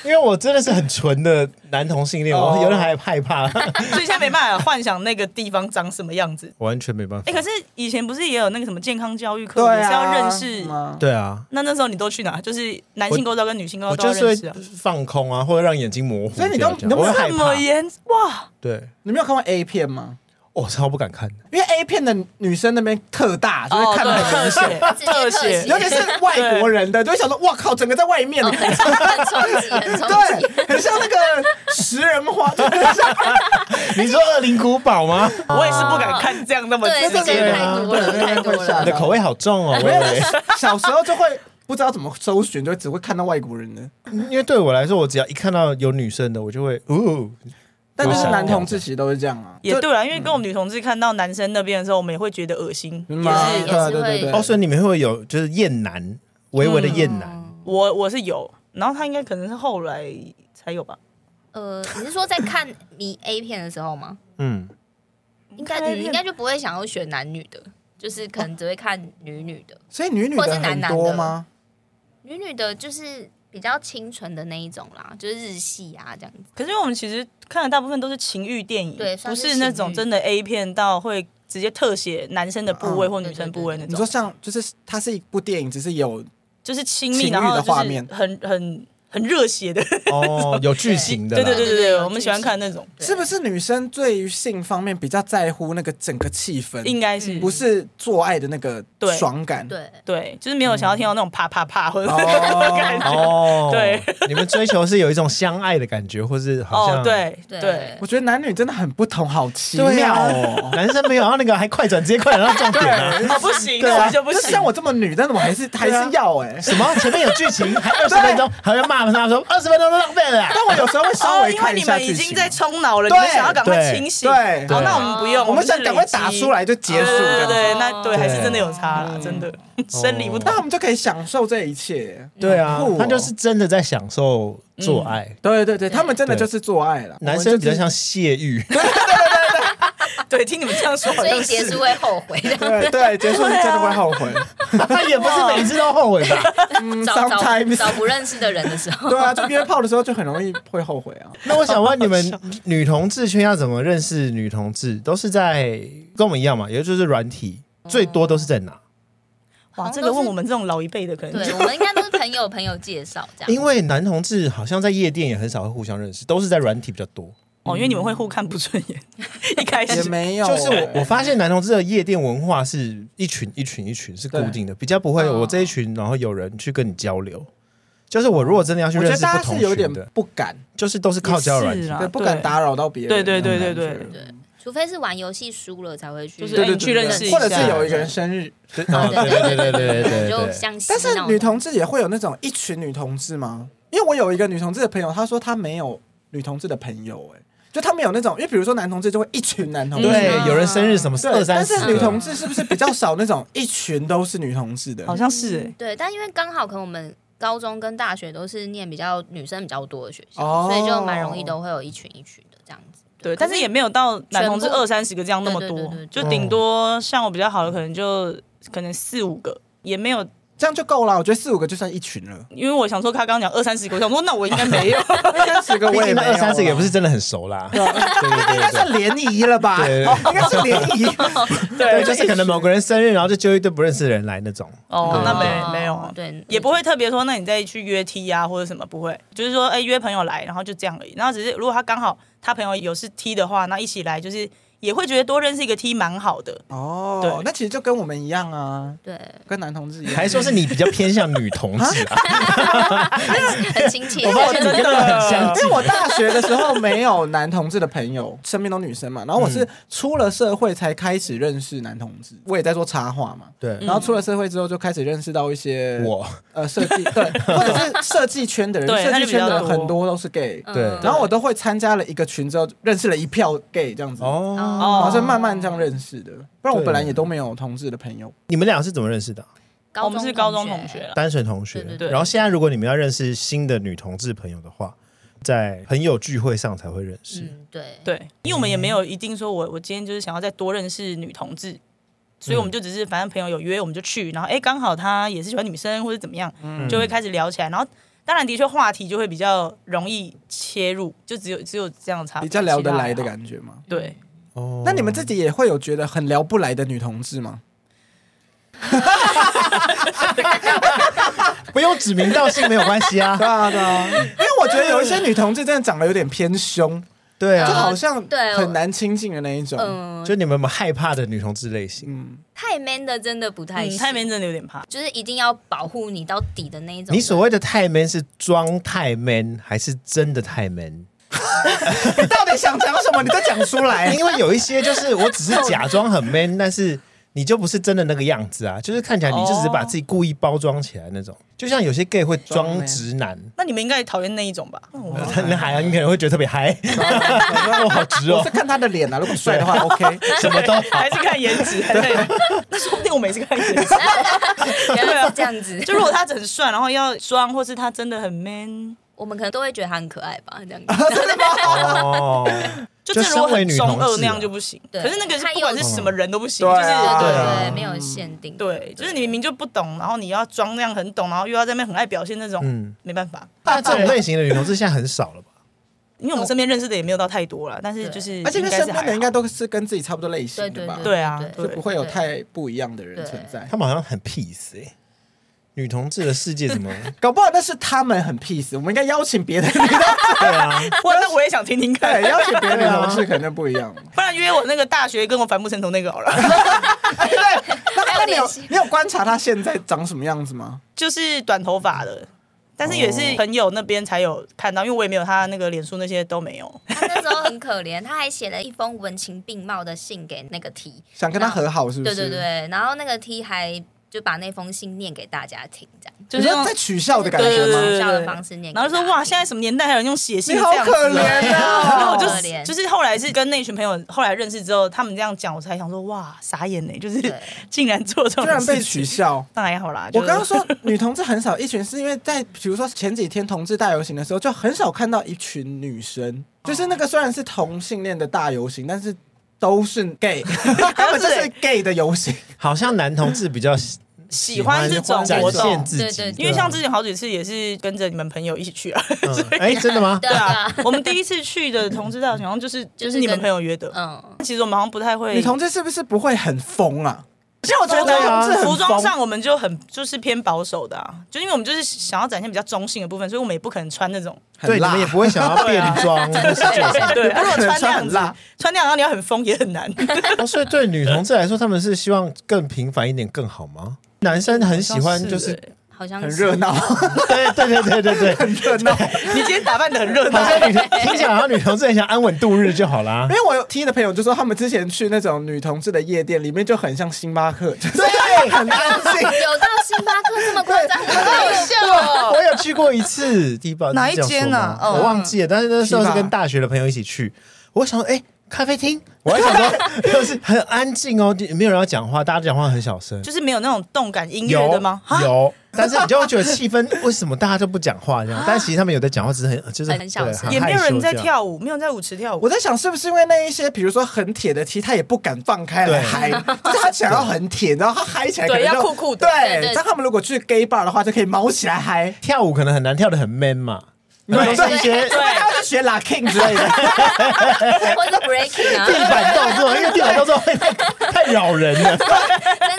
因为我真的是很纯的男同性恋，哦我有点还害怕， 所以现在没办法幻想那个地方长什么样子。完全没办法哎、。可是以前不是也有那个什么健康教育课，对也啊，是要认识。吗对啊，那那时候你都去哪？就是男性构造跟女哦性构我造就都要认是识啊会。放空啊，或者让眼睛模糊所掉以你这都样。你都没我有会害这么怕，严哇！对，哦你没有看过 A 片吗？我超不敢看的。因为 A 片的女生那边特哦大，就是看的很特明写显。直接特特写写，尤其是外国人的，就会想说：“哇靠，整个在外面，哦 很冲很冲击，很冲击。对，很像那个食人花， 就很像你说恶灵古堡 吗？我也是不敢看这样那么对，直这接个的。太多了，太多你的了。口味好重 哦，我没有以为。小时候就会不知道怎么搜寻，就只会看到外国人的。因为对我来说，我只要一看到有女生的，我就会哦，但就是男同志其实都是这样啊，也就对了，因为跟我们女同志看到男生那边的时候，我们也会觉得恶心。嗯嘛也是对对也对是对。会哦，所以你们会不会有就是厌男，微微的厌男，我我是有，然后他应该可能是后来才有吧。呃，你是说在看迷 A 片的时候吗？嗯，应该看 A 嗯片应该就不会想要选男女的，就是可能只会看女女的，所以女女或的是男很男的多吗？女女的就是比较清纯的那一种啦，就是日系啊这样子。可是因为我们其实看的大部分都是情欲电影，对不算是是那情种欲真的 A 片到会直接特写男生的部位嗯或女生部位那你说种，像就是它是一部电影，只是有就是亲情密，欲然后的就画是面很很很热血的。哦，有剧情的对啊啦，对对对对对，有我们剧喜欢情看那种，对是不是女生对于性方面比较在乎那个整个气氛，应该是不是做爱的那个对爽感？对，对，就是没有想要听到那种啪啪啪 或者哦 感觉。哦，对，你们追求是有一种相爱的感觉，或是好哦像，对对对，我觉得男女真的很不同，好奇对妙啊 哦。男生没有，然后那个还快转，直接快转到重点了。哦不行，对啊那我们就不就行哦啊像。我这么女，但是我还是还是要哎、什么？前面有剧情，还二十分钟，还要骂他说二十分钟都浪费了啊。 但我有时候会稍哦，微因为看一你下们剧已经情。啊在冲脑了，你们对想要赶快对清醒。对好，对那我们不用，我们是想赶快累积打出。来就结对束，对对这对样子嗯哦对，那哦对还是对真的有差啦，真的生理不那同我。们就可以享受这一切。对啊酷哦，他就是真的在享受做嗯爱。对对对，他们真的对就是做爱了。男生比较像我泄欲， 对，听你们这样说，好所以像结是束会后悔 的。们就是对对，结束是真的会后 悔。他也不是每次都后悔吧？嗯找找，sometimes 找不认识的人的时 候，对啊，就约炮的时候就很容易会后悔 啊。那我想问你们，女同志圈要怎么认识女同志？都是在跟我们一样嘛，也就是软体，最多都是在哪？哇，这好像个都是问我们这种老一辈的，可能对就我们应该都是朋友朋友介绍这样。嗯因为男同志好像在夜店也很少会互相认识，都是在软体比较多。哦，因为你们会互看不顺 眼，一开也始没有欸，就是哎我我发现男同志的夜店文化是一群一群一群是固定的，比较不会哦我这一群，然后有人去跟你交流。就是我如果真的要去我认觉得识大不家同是有点群的，不敢，就是都是靠交友软也体是。啦对，不敢打扰到别人。啊对对对那种对感觉对对，除非是玩游戏输了才会去，就是对哎你对，去对认对识一或者下是有一个人生日，对哦对对对对对 对就对。像洗但是脑女同志也会有那种一群女同志吗？因为我有一个女同志的朋友，她说她没有女同志的朋友、哎，就她们有那种，因为比如说男同志就会一群男同志，嗯对，有人生日什么对二三啊但十是个，女同志是不是比较少那种一群都是女同志的？好像是哎，对，但因为刚好可能我们高中跟大学都是念比较女生比较多的学校，哦所以就蛮容易都会有一群一群的这样子。对，但是也没有到男同志全部二三十个这样那么对对多对对，就对顶多像我比较好的，可能就可能四五个，也没有。，这样就够了，我觉得四五个就算一群了因为我想说，他刚刚讲二三十个，我想说那我应该 没有，三十个啊毕我也竟没那有二三十个也不是，是真的很熟啦。对应该对 对算联谊了吧？对对哦应该是联 谊，对，对就是可能某个人生日，然后就揪一堆不认识的人来那种。哦，那哦没没有，对，也不会特别说，那你再去约 T 啊或者什么，不会，就是说，哎、约朋友来，然后就这样而已。然后只是如果他刚好他朋友有是 T 的话，那一起来就是也会觉得多认识一个 T 蛮好的。哦对，那其实就跟我们一样啊，对，跟男同志一样。还说是你比较偏向女同志啊？很亲切。我发现你真的啊很相因近为。我大学的时候没有男同志的朋友，身边都女生嘛。然后我嗯是出了社会才开始认识男同志，我也在做插画嘛。对，然后出了社会之后，就开始认识到一些我呃设 计对，或者是设计圈的人，对设那计就比圈较的多很多都是 gay，嗯对然后我都会参加了一个群之后，认识了一票 gay 这样子，哦，哦然后是慢慢这样认识的。不然我对本来也都没有同志的朋友。你们俩是怎么认识的啊？高我中们是高中同学，啦，单纯同学。对对对然后现在，如果你们要认识新的女同志朋友的话，在朋友聚会上才会认识。嗯，对，对，因为我们也没有一定说我我今天就是想要再多认识女同志，所以我们就只是反正朋友有约我们就去，然后哎刚好她也是喜欢女生或者怎么样，就会开始聊起来，然后。当然，的确话题就会比较容易切入，就只有只有这样的差比别，较聊得来的觉。感觉啊嘛。对，哦那你们自己也会有觉得很聊不来的女同志吗？ 不用指名道姓没有关系啊 对。啊，对啊，因为我觉得有一些女同志真的长得有点偏凶，对就啊，好像对很难亲近的那一种。嗯，就你们有没有害怕的女同志类型？嗯，太 man 的真的不太嗯，行，太面真的有点怕。就是一定要保护你到底的那一种。你所谓的太 man 是装太 man 还是真的太 man？你到底想讲什么？你 再讲出来。因为有一些就是我只是假装很 man，但是你就不是真的那个样子啊，就是看起来你就只是把自己故意包装起来那种。就像有些 gay 会装装 man 直男，那你们应该也讨厌那一种吧？呃 那还你可能会觉得特别嗨，我好直我哦是，看他的脸啊，如果帅的话 OK。 什么都好。 还是看颜值， 还是看那说不定我每次看颜 值。原来是这样子， 就如果他很帅，然后要装，或是他真的很 man，我们可能都会觉得他很可爱吧，这样子。哦，就就是如果身为很女中同二志那啊样就不行。对可是那个是他不管又是什么人都不行，对就啊是对对对啊对，没有限定。对，就是你明明就不懂，然后你要装那样很懂，然后又要在那边很爱表现那种，嗯没办法。那这种类型的女同志现在很少了吧？因为我们身边认识的也没有到太多了，但是就是而且应那该身是边的还应 好该都是跟自己差不多类型对的对吧？对啊对对就不会有太不一样的人存在。他们好像很 peace 哎、女同志的世界怎 么？搞不好那是他们很 peace，我们应该邀请别的女同对啊，哇，那我也想听听看对，，邀请别的女同事可能不一样。 不然约我那个大学跟我反目成仇那个好了。那 还有那你有联系你有观察他现在长什么样子吗？就是短头发的，但是也是朋友那边才有看到，因为我也没有他那个脸书那些都没有。他那时候很可怜，他还写了一封文情并茂的信给那个 T，想跟他和好是不对是？对对，然后那个 T 还就把那封信念给大家听，这样就你是说用在取笑的感觉对对对吗？对笑的方式念然给大后家就听。说哇，现在什么年代还有人用写信你这好样子可怜啊啊！然 后我就可怜就是后来是跟那群朋友后来认识之后，他们这样讲，我才想说哇，傻眼呢、就是对 竟然做这居然种被事取情，笑。那还好啦。我就是刚刚说女同志很少一群，是因为在比如说前几天同志大游行的时候，就很少看到一群女生，就是那个虽然是同性恋的大游行，但是都是 gay，他 们就是 gay 的游行。好像男同志比较喜喜欢这种展活现动。自己，对对对因为像之前好几次也是跟着你们朋友一起去啊，嗯哎、真的吗？对啊，我们第一次去的同志大好像就是就就是是你们跟朋友约的，嗯，其实我们好像不太会女同志是不是不会很疯啊？其实我觉得对啊服装服很装疯上我们就很就是偏保守的啊，就因为我们就是想要展现比较中性的部分，所以我们也不可能穿那种，对，很你辣们也不会想要变装，或是做什么对，如果可能穿那穿样很子，辣，穿那样然后你要很疯也很难。哦所以对女同志来说，他们是希望更平凡一点更好吗？男生很喜欢就是，好像很是热 闹，对对对对对对，很热闹。你今天打扮的很热好闹，像女同听起来好像女同志很想安稳度日就好啦因。为我有听的朋友就说，他们之前去那种女同志的夜店，里面就很像星巴 克，就是很安静。有到星巴克这么夸张，好笑我有去过一次，第一把哪一间啊我忘记了，但是那时候是跟大学的朋友一起去，我想说，哎、咖啡厅，我还想说，就是很安静哦，没有人要讲话，大家讲话很小声， 就是没有那种动感音乐有的吗？啊哈，啊有，但是你就会觉得气氛为什么大家都不讲话这样？但其实他们有在讲话，只是很就是很小声对也没有人在很害羞跳舞，没有人在舞池跳我舞。在想，是不是因为那一些，比如说很铁的 T，他也不敢放开来对嗨，就是他想要很铁，然后他嗨起来可能对就要酷酷的对，对对但他们如果去 gay bar 的话，就可以毛起来嗨。这样，跳舞可能很难跳的很 man 嘛，你们都是一些对他们去学 La King 之 类的，或者 breaking 啊，地板动作，因为地板动作会太太扰人了。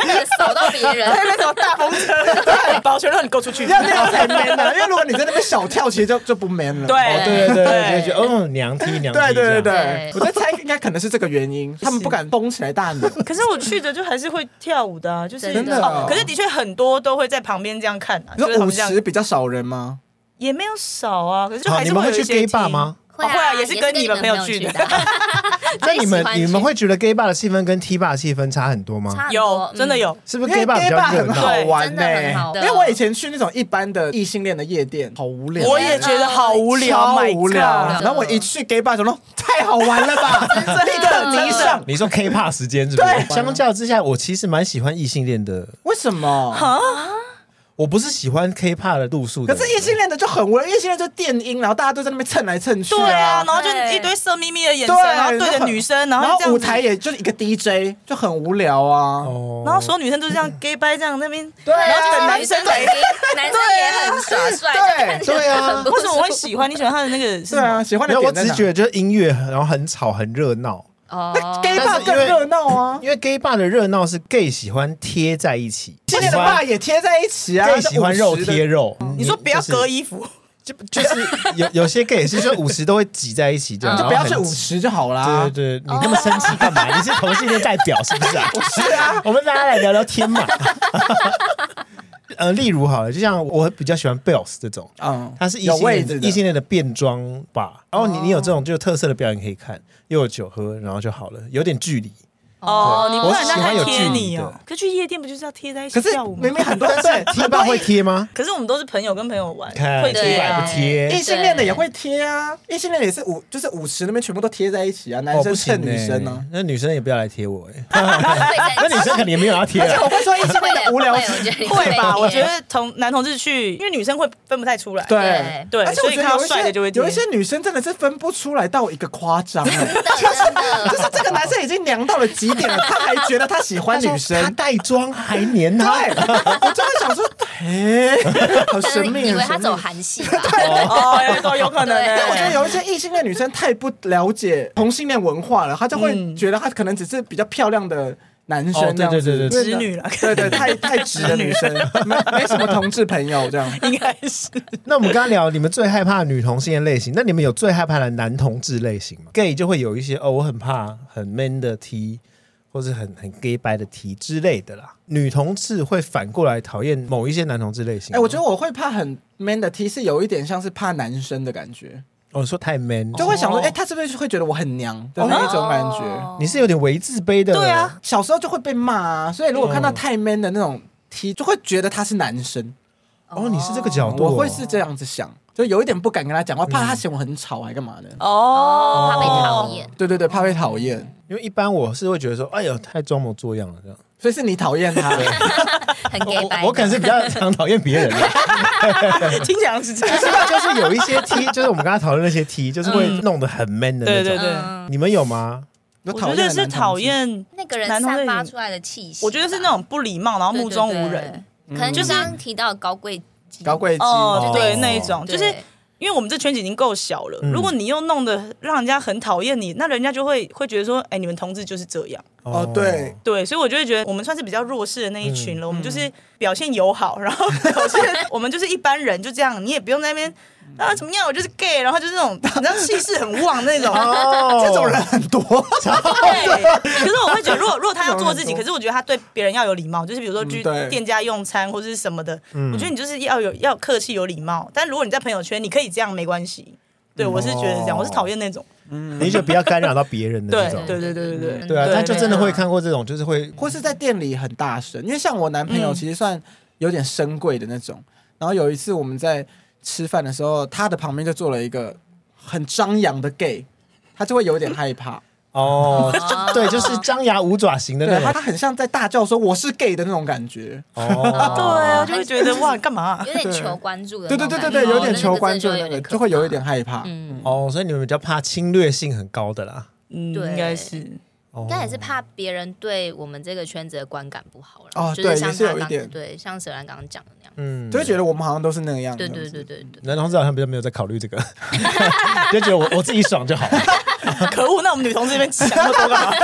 真的手都别 人。那种大风车，保全让你勾出 去，要那样才 man 呢、因为如果你在那边小跳，其实就就不 man 了。对哦，对对对，就觉得嗯，娘踢娘踢，对对对这样对，我在猜应该可能是这个原 因，他们不敢绷起来大扭。可是我去的就还是会跳舞的啊，就是真的哦哦可是的确很多都会在旁边这样看啊，你 就是他说们五这样十比较少人吗？也没有少啊，可是就好，还你是们有会一去些 gay bar 基？吗？会会啊啊，也是是跟你你们朋朋友去去啊的 啊那你们最喜欢你去们会觉得 gay bar 的气氛跟 T bar 的气氛差很多吗？差很多有，真的。嗯有。是不是因为 gay bar 比 gay 较 bar 热很好闹？玩呢、欸对真的很好因为我以前去那种一般的异性恋的夜店，好无聊，我也觉得好无聊，嗯超啊 my 无 God 聊。 God 然后我一去 gay bar，想说太好玩了 吧，立刻迷上。 你说 K bar 时间是不是？对相较之下，我其实蛮喜欢异性恋的。为什么？我不是喜欢 K bar 的路数的可人，是异性恋的就很无聊，异性恋就电音，然后大家都在那边蹭来蹭去、对啊，然后就对一堆色眯眯的眼神，对，然后对着女生，然然后这后样子舞台，也就是一个 DJ，就很无聊啊。哦，然后所有女生都是这样 gay bye 这样那边，对啊然后等男男生生肯来定，男生也很耍帅，就看起来对啊很不为什么我会舒服喜欢？你喜欢他的那个是对什么？啊，喜欢没的有，我点在只是哪？觉得就是音乐，然后很吵，很热闹。哦 gay 但 bar 是更因为热闹啊，因为 gay bar 的热闹是 gay 喜欢贴在一起，今天的 bar 也贴在一起啊， gay 喜欢肉就50的嗯贴肉。嗯你说不要就是隔衣服，就就是有有些 gay 也是说五十都会挤在一起这样，嗯啊就然不后要很去五十啊哦就好啦。对对对，你那么生气干嘛？你是同性恋代表是不是 啊？是 啊，我们大家来聊聊天嘛。 呃，例如好了，就像我比较喜欢 Bells 这种，嗯，它是异有性位恋置的的异性恋的变装吧。然后你你有这哦种就特色的表演可以看，又有酒喝，然后就好了，有点距离。哦，你不我然让喜欢他有距贴离你哦的。可去夜店不就是要贴在一起可是跳舞吗明？明很多对 T 吧会贴吗？ 可是我们都是朋友跟朋友玩，看会 T 贴吧啊不贴异，性恋的也会贴啊，异性恋也是五就是五十那边全部都贴在一起啊，男哦生不蹭行女生啊呢欸。那女生也不要来贴我哎，那那女生肯定也没有要贴而且啊。 我会说异性恋的无聊会， 我觉得你啊会吧？被我觉骗得同男同志去，因为女生会分不太出来。对啊对而且所我以觉得看到有一帅的就会些贴有一些女生真的是分不出来到一个夸张 欸，真的就是这个男生已经娘到了极点了，他还觉得他喜欢女她生。带妆还黏对，她，我就会想说，嘿，好可 神能秘，以为很他神走秘。韩系 吧？哦，哎都有可能欸。对但我觉得有一些异性恋女生太不了解同性恋文化了，她就会觉得她可能只是比较漂亮的男哦生这样对子，对对对直女啦对对，太太直的女生，没没什么同志朋友这样。 应该是那我们刚刚聊你们最害怕的女同性恋类型，那你们有最害怕的男同志类型吗？gay 就会有一些哦，我很怕很 man 的 T，或是很很 gay 白的 T 之类的啦。女同志会反过来讨厌某一些男同志类型吗。哎，我觉得我会怕很 man 的 T 是有一点像是怕男生的感觉，得哦我说太 man，就会想哦说，哦哎，他是不是会觉得我很娘的那一种感觉？你是有点为自卑的。对啊，小时候就会被骂啊，所以如果看到太 man 的那种 T，就会觉得他是男生，哦，你是这个角度哦、我会是这样子想，就有一点不敢跟他讲话，怕他嫌我很吵还干嘛的。哦哦，怕被讨。厌。对对对，怕被讨厌，因为一般我是会觉得说，哎呦，太装模作样了这样。所以是你讨厌他。很 gay 白我我可能是比较常讨厌别人 的。听起来是这就 样。是就是有一些 T，就是我们刚刚讨论那些 T，就是会嗯弄得很 man 的那对种。对对，嗯你们有吗？我我觉得是讨，厌，那个人男同志散发出来的气息吧，我觉得是那种不礼貌，然后对目中无人。，对对可能就是刚刚提到的高贵鸡高贵鸡哦，对哦那一种，就是对因为我们这圈子已经够小了，嗯如果你又弄得让人家很讨厌你，那人家就会会觉得说，哎，你们同志就是这样。哦对对，所以我就会觉得我们算是比较弱势的那一群了，我们就是表现友好，然后 表现我们就是一般人，就这样，你也不用在那边啊怎么样，我就是 gay，然后就是那种你知道气势很旺 那 种。哦，这种人很 多。对，可是我会觉得，如果如果他要做 自己，有很多可是我觉得他对别人要有礼貌，就是比如说去嗯对嗯店家用餐或者是什么的，我觉得你就是要有要有客气有礼貌。但如果你在朋友圈，你可以这样没关系。嗯对，我是觉得这哦样，我是讨厌那种。你就不要干扰到别人的对这种。对对对嗯对对啊，对他就真的会看过这种，就是会或是在店里很大声，因为像我男朋友嗯其实算有点深贵的那种。然后有一次我们在吃饭的时候，他的旁边就坐了一个很张扬的 gay，他就会有点害怕，哦，哦 对，就是张牙舞爪型的对他那他种。很像在大叫说我是 gay 的那种感觉。对哦，啊，就会觉得哇，干嘛？有点求关注的对那对种对感对觉，哦对，有点求那个关真注的的那个，就可会有怕一点害怕。嗯，哦，所以你们比较怕侵略性很高的啦。嗯，对应该是。哦应该也是怕别人对我们这个圈子的观感不好了。哦就是对像也是他有一刚点对，像蛇兰刚刚讲的那样。嗯就会觉得我们好像都是那个样子。对对对对 对，男同志好像比较没有在考虑这个，就觉得我我自己爽就好。啊可恶！那我们女同志这边想那么多干嘛？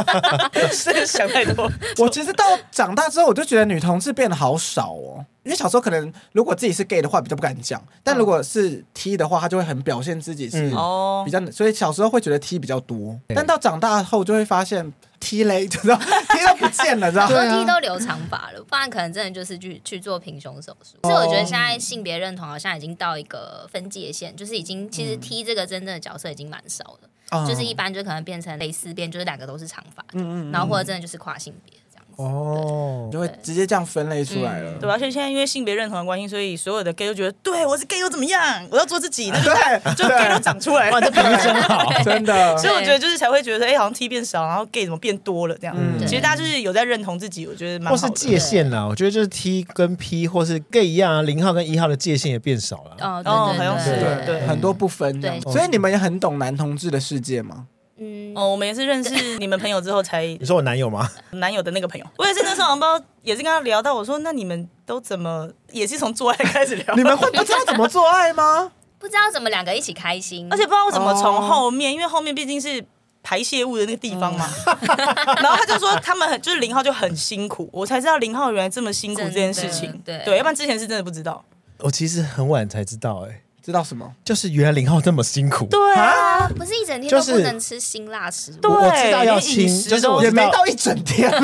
真的想太多。我其实到长大之后，我就觉得女同志变得好少哦。因为小时候可能如果自己是 gay 的话，比较不敢讲；但如果是 T 的话，他就会很表现自己是嗯哦比，较，所以小时候会觉得 T 比较多。对但到长大后就会发现 T 嘞，知道 T 都不见了，知 道很多吗？ T 都留长发了，不然可能真的就是去去做平胸手术。所以我哦觉得现在性别认同好像已经到一个分界线，就是已经其实 T 这个真正的角色已经蛮少了，嗯就是一般就可能变成蕾丝边，就是两个都是长发的，嗯嗯嗯然后或者真的就是跨性别这样子。 哦你，就会直接这样分类出来了。嗯对吧？而且现在因为性别认同的关系，所以所有的 gay 都觉得，对我是 gay 又怎么样？我要做自己，那就 对， 就 gay 都长出来了。比喻真好，真的所以我觉得就是才会觉得，哎、好像 T 变少，然后 gay 怎么变多了这样。嗯其实大家就是有在认同自己，我觉得蛮或好是的。界限啦，我觉得就是 T 跟 P 或是 gay 一样啊，零号跟一号的界限也变少了。哦，哦对好像对是对对很多不分这样对所以你们也很懂男同志的世界吗？嗯，哦，我们也是认识你们朋友之后才你说我男友吗？男友的那个朋友，我也是那时候好像不知道，也是跟他聊到，我说那你们都怎么，也是从做爱开始聊，你们会不知道怎么做爱吗？不知道怎么两个一起开心， 而且不知道我怎哦么从后面，因为后面毕竟是排泄物的那个地方嘛。嗯 然后他就说他们很就是零号就很辛苦，我才知道零号原来这么辛苦这件事情。真的对要不然之前是真的不知道。我其实很晚才知道，哎，知道什么？就是原来零号这么辛苦。对啊啊，不是一整天就都是不能吃辛辣食物，对，我知道要亲连饮食就是都我也知道没到一整天， 就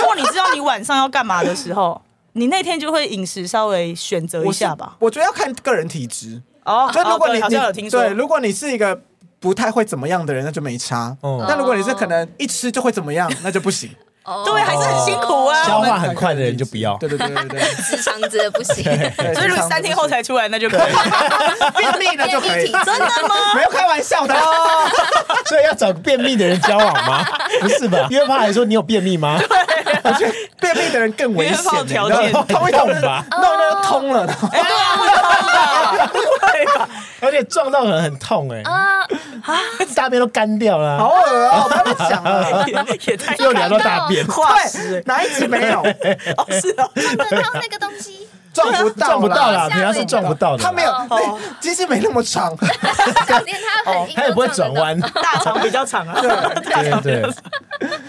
如果你知道你晚上要干嘛的时候，你那天就会饮食稍微选择一下吧。我觉得要看个人体质，哦，就如果哦你对好像有你听说对，，如果你是一个不太会怎么样的人，那就没差。哦但如果你是可能一吃就会怎么样，那就不行。哦对，还是很辛苦啊。消化很快的人就不要对对对对对对直肠子的不行，对，所以如果三天后才出来，那就可 以。便秘 那就可以 便秘体，质真的吗？没有开玩笑的哦。 所以要找个便秘的人交往 吗？不是吧？约炮还说你有便秘吗？我觉得便秘的人更危险约炮欸，条件然后通一通痛吧弄一弄就通了。然后哎，对啊，会痛吧？会吧？而且撞到人很痛哎、啊， 大便都干掉了好啊。恶哦，不要再讲了。也啊 也太又聊到大便，化石哪一集没有哦，是哦，看不到那个东西，撞不到，撞不到啦，啦平常是撞不到的啦。他没有哦，其实没那么长。 连它很硬他也不会都撞转得到弯。大肠比较长啊。对 对对，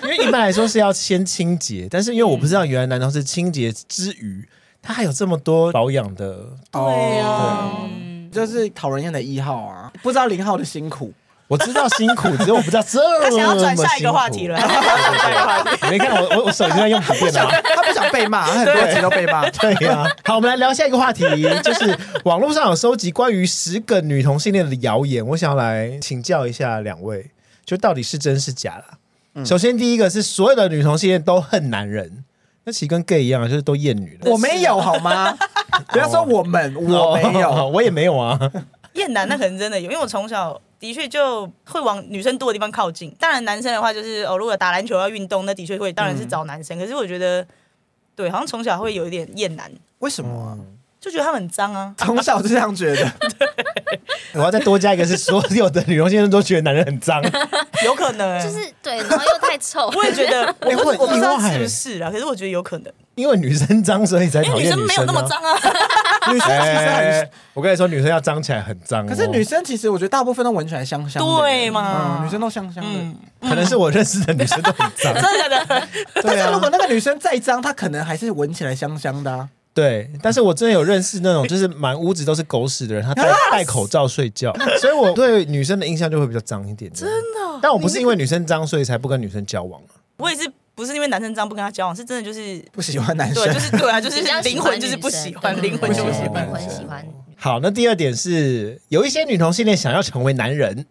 因为一般来说是要先清洁，但是因为我不知道原来男同是清洁之余，他还有这么多保养的。对啊哦，就是讨人厌的一号啊，不知道零号的辛苦。我知道辛苦，只是我不知道这么辛苦。他想要转下一个话题了，嗯他想要转下一个 话题。你没看我我我手机在用笔电 脑。他不想被骂，他很多集都 被骂。对呀、好，我们来聊下一个话题，就是网络上有收集关于十个女同性恋的谣言，我想要来请教一下两位，就到底是真是假啦？嗯首先第一个是所有的女同性恋都恨男人，那其实跟 gay 一样，就是都厌女的。我没有好吗？不要说我们，我没 有。我也没有啊。厌男那可能真的有， 因为我从小的确就会往女生多的地方靠近。当然，男生的话就是哦，如果打篮球要运动，那的确会，当然是找男生。可是我觉得，对，好像从小会有一点厌男，为什么啊？就觉得他们很脏啊。从小就这样觉 得，我要再多加一个是所有的女同性恋都觉得男人很脏，有可能、就是对，然后又太臭，我也觉得，我哎不会我不知道意外是不是啦，可是我觉得有可能，因为女生脏所以才因讨为女厌生没有那么啊。脏啊。女生其实很哎，我跟你说，女生要脏起来很脏哦、可是女生其实我觉得大部分都闻起来香香的，对嘛嗯女生都香香的嗯。，可能是我认识的女生都很脏， 真的真的，但是如果那个女生再脏，她可能还是闻起来香香的啊。对，但是我真的有认识那种就是满屋子都是狗屎的人，他戴戴口罩睡觉，所以我对女生的印象就会比较脏一点。真的，但我不是因为女生脏所以才不跟女生交往啊我也是不是因为男生脏不跟他交往，是真的就是。不喜欢男生对，，就是对啊，就是 比较喜灵欢魂就是不喜欢，女生哦灵魂就不喜对欢灵。魂喜欢女好，那第二点是有一些女同性恋想要成为男人，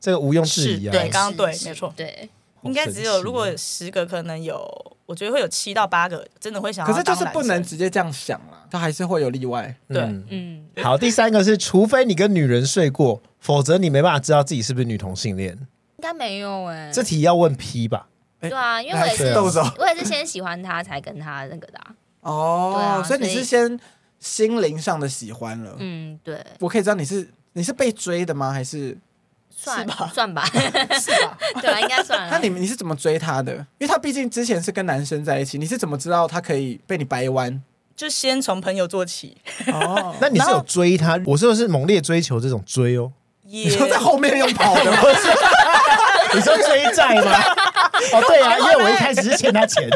这个毋庸置是疑啊。对刚刚是对是没错对，好应该神只有奇如果十个，可能有，我觉得会有七到八个真的会想要可是当男就生。是不能直接这样想啦，她还是会有例外。对嗯嗯，好，第三个是，除非你跟女人睡过，否则你没办法知道自己是不是女同性恋。应该没有哎，这题要问 P 吧？对啊，因为我也来是豆豆我也是先喜欢他才跟他那个的啊，对哦啊，所以你所以是先心灵上的喜欢了。嗯，对，我可以知道你是你是被追的吗？还是算吧算吧， 是吧？对啊，应该算了。那你们你是怎么追他的？因为他毕竟之前是跟男生在一起，你是怎么知道他可以被你掰弯？ 就先从朋友做起， 哦，那你是然有后追她？我说的是猛烈追求这种追哦。也 你说在后面用跑的吗？你说追债吗？ 哦，对啊，因为我一开始是欠他钱，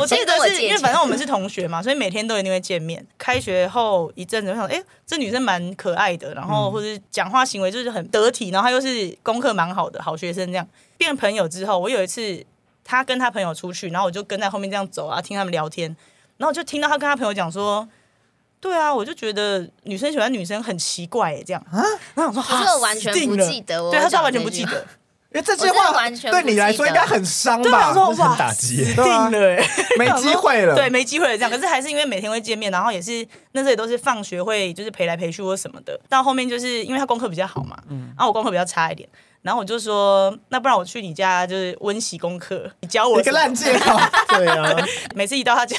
我记谁跟我得借是钱因为反正我们是同学嘛，所以每天都一定会见面。开学后一阵子，我想，哎、这女生蛮可爱的，然后或者讲话行为就是很得体，然后她又是功课蛮好的好学生，这样变朋友之后，我有一次她跟她朋友出去，然后我就跟在后面这样走啊，听他们聊天，然后我就听到她跟她朋友讲说。对啊，我就觉得女生喜欢女生很奇怪哎，这样啊，然后我想说，可是啊我完全死定不了记得我对，她说她讲完全这不句记话得，因为这句我真的话完全对不你来记说应得该很伤对，我啊想吧？说哇，很打击耶 死定了哎， 没机会了。对，没机会了这样。可是还是因为每天会见面，然后也是那时候也都是放学会就是陪来陪去或什么的。到后面就是因为他功课比较好嘛，嗯然后我功课比较差一点，然后我就说，那不然我去你家就是温习功课，你教我一个什么烂借口， 对啊， 每次一到他家，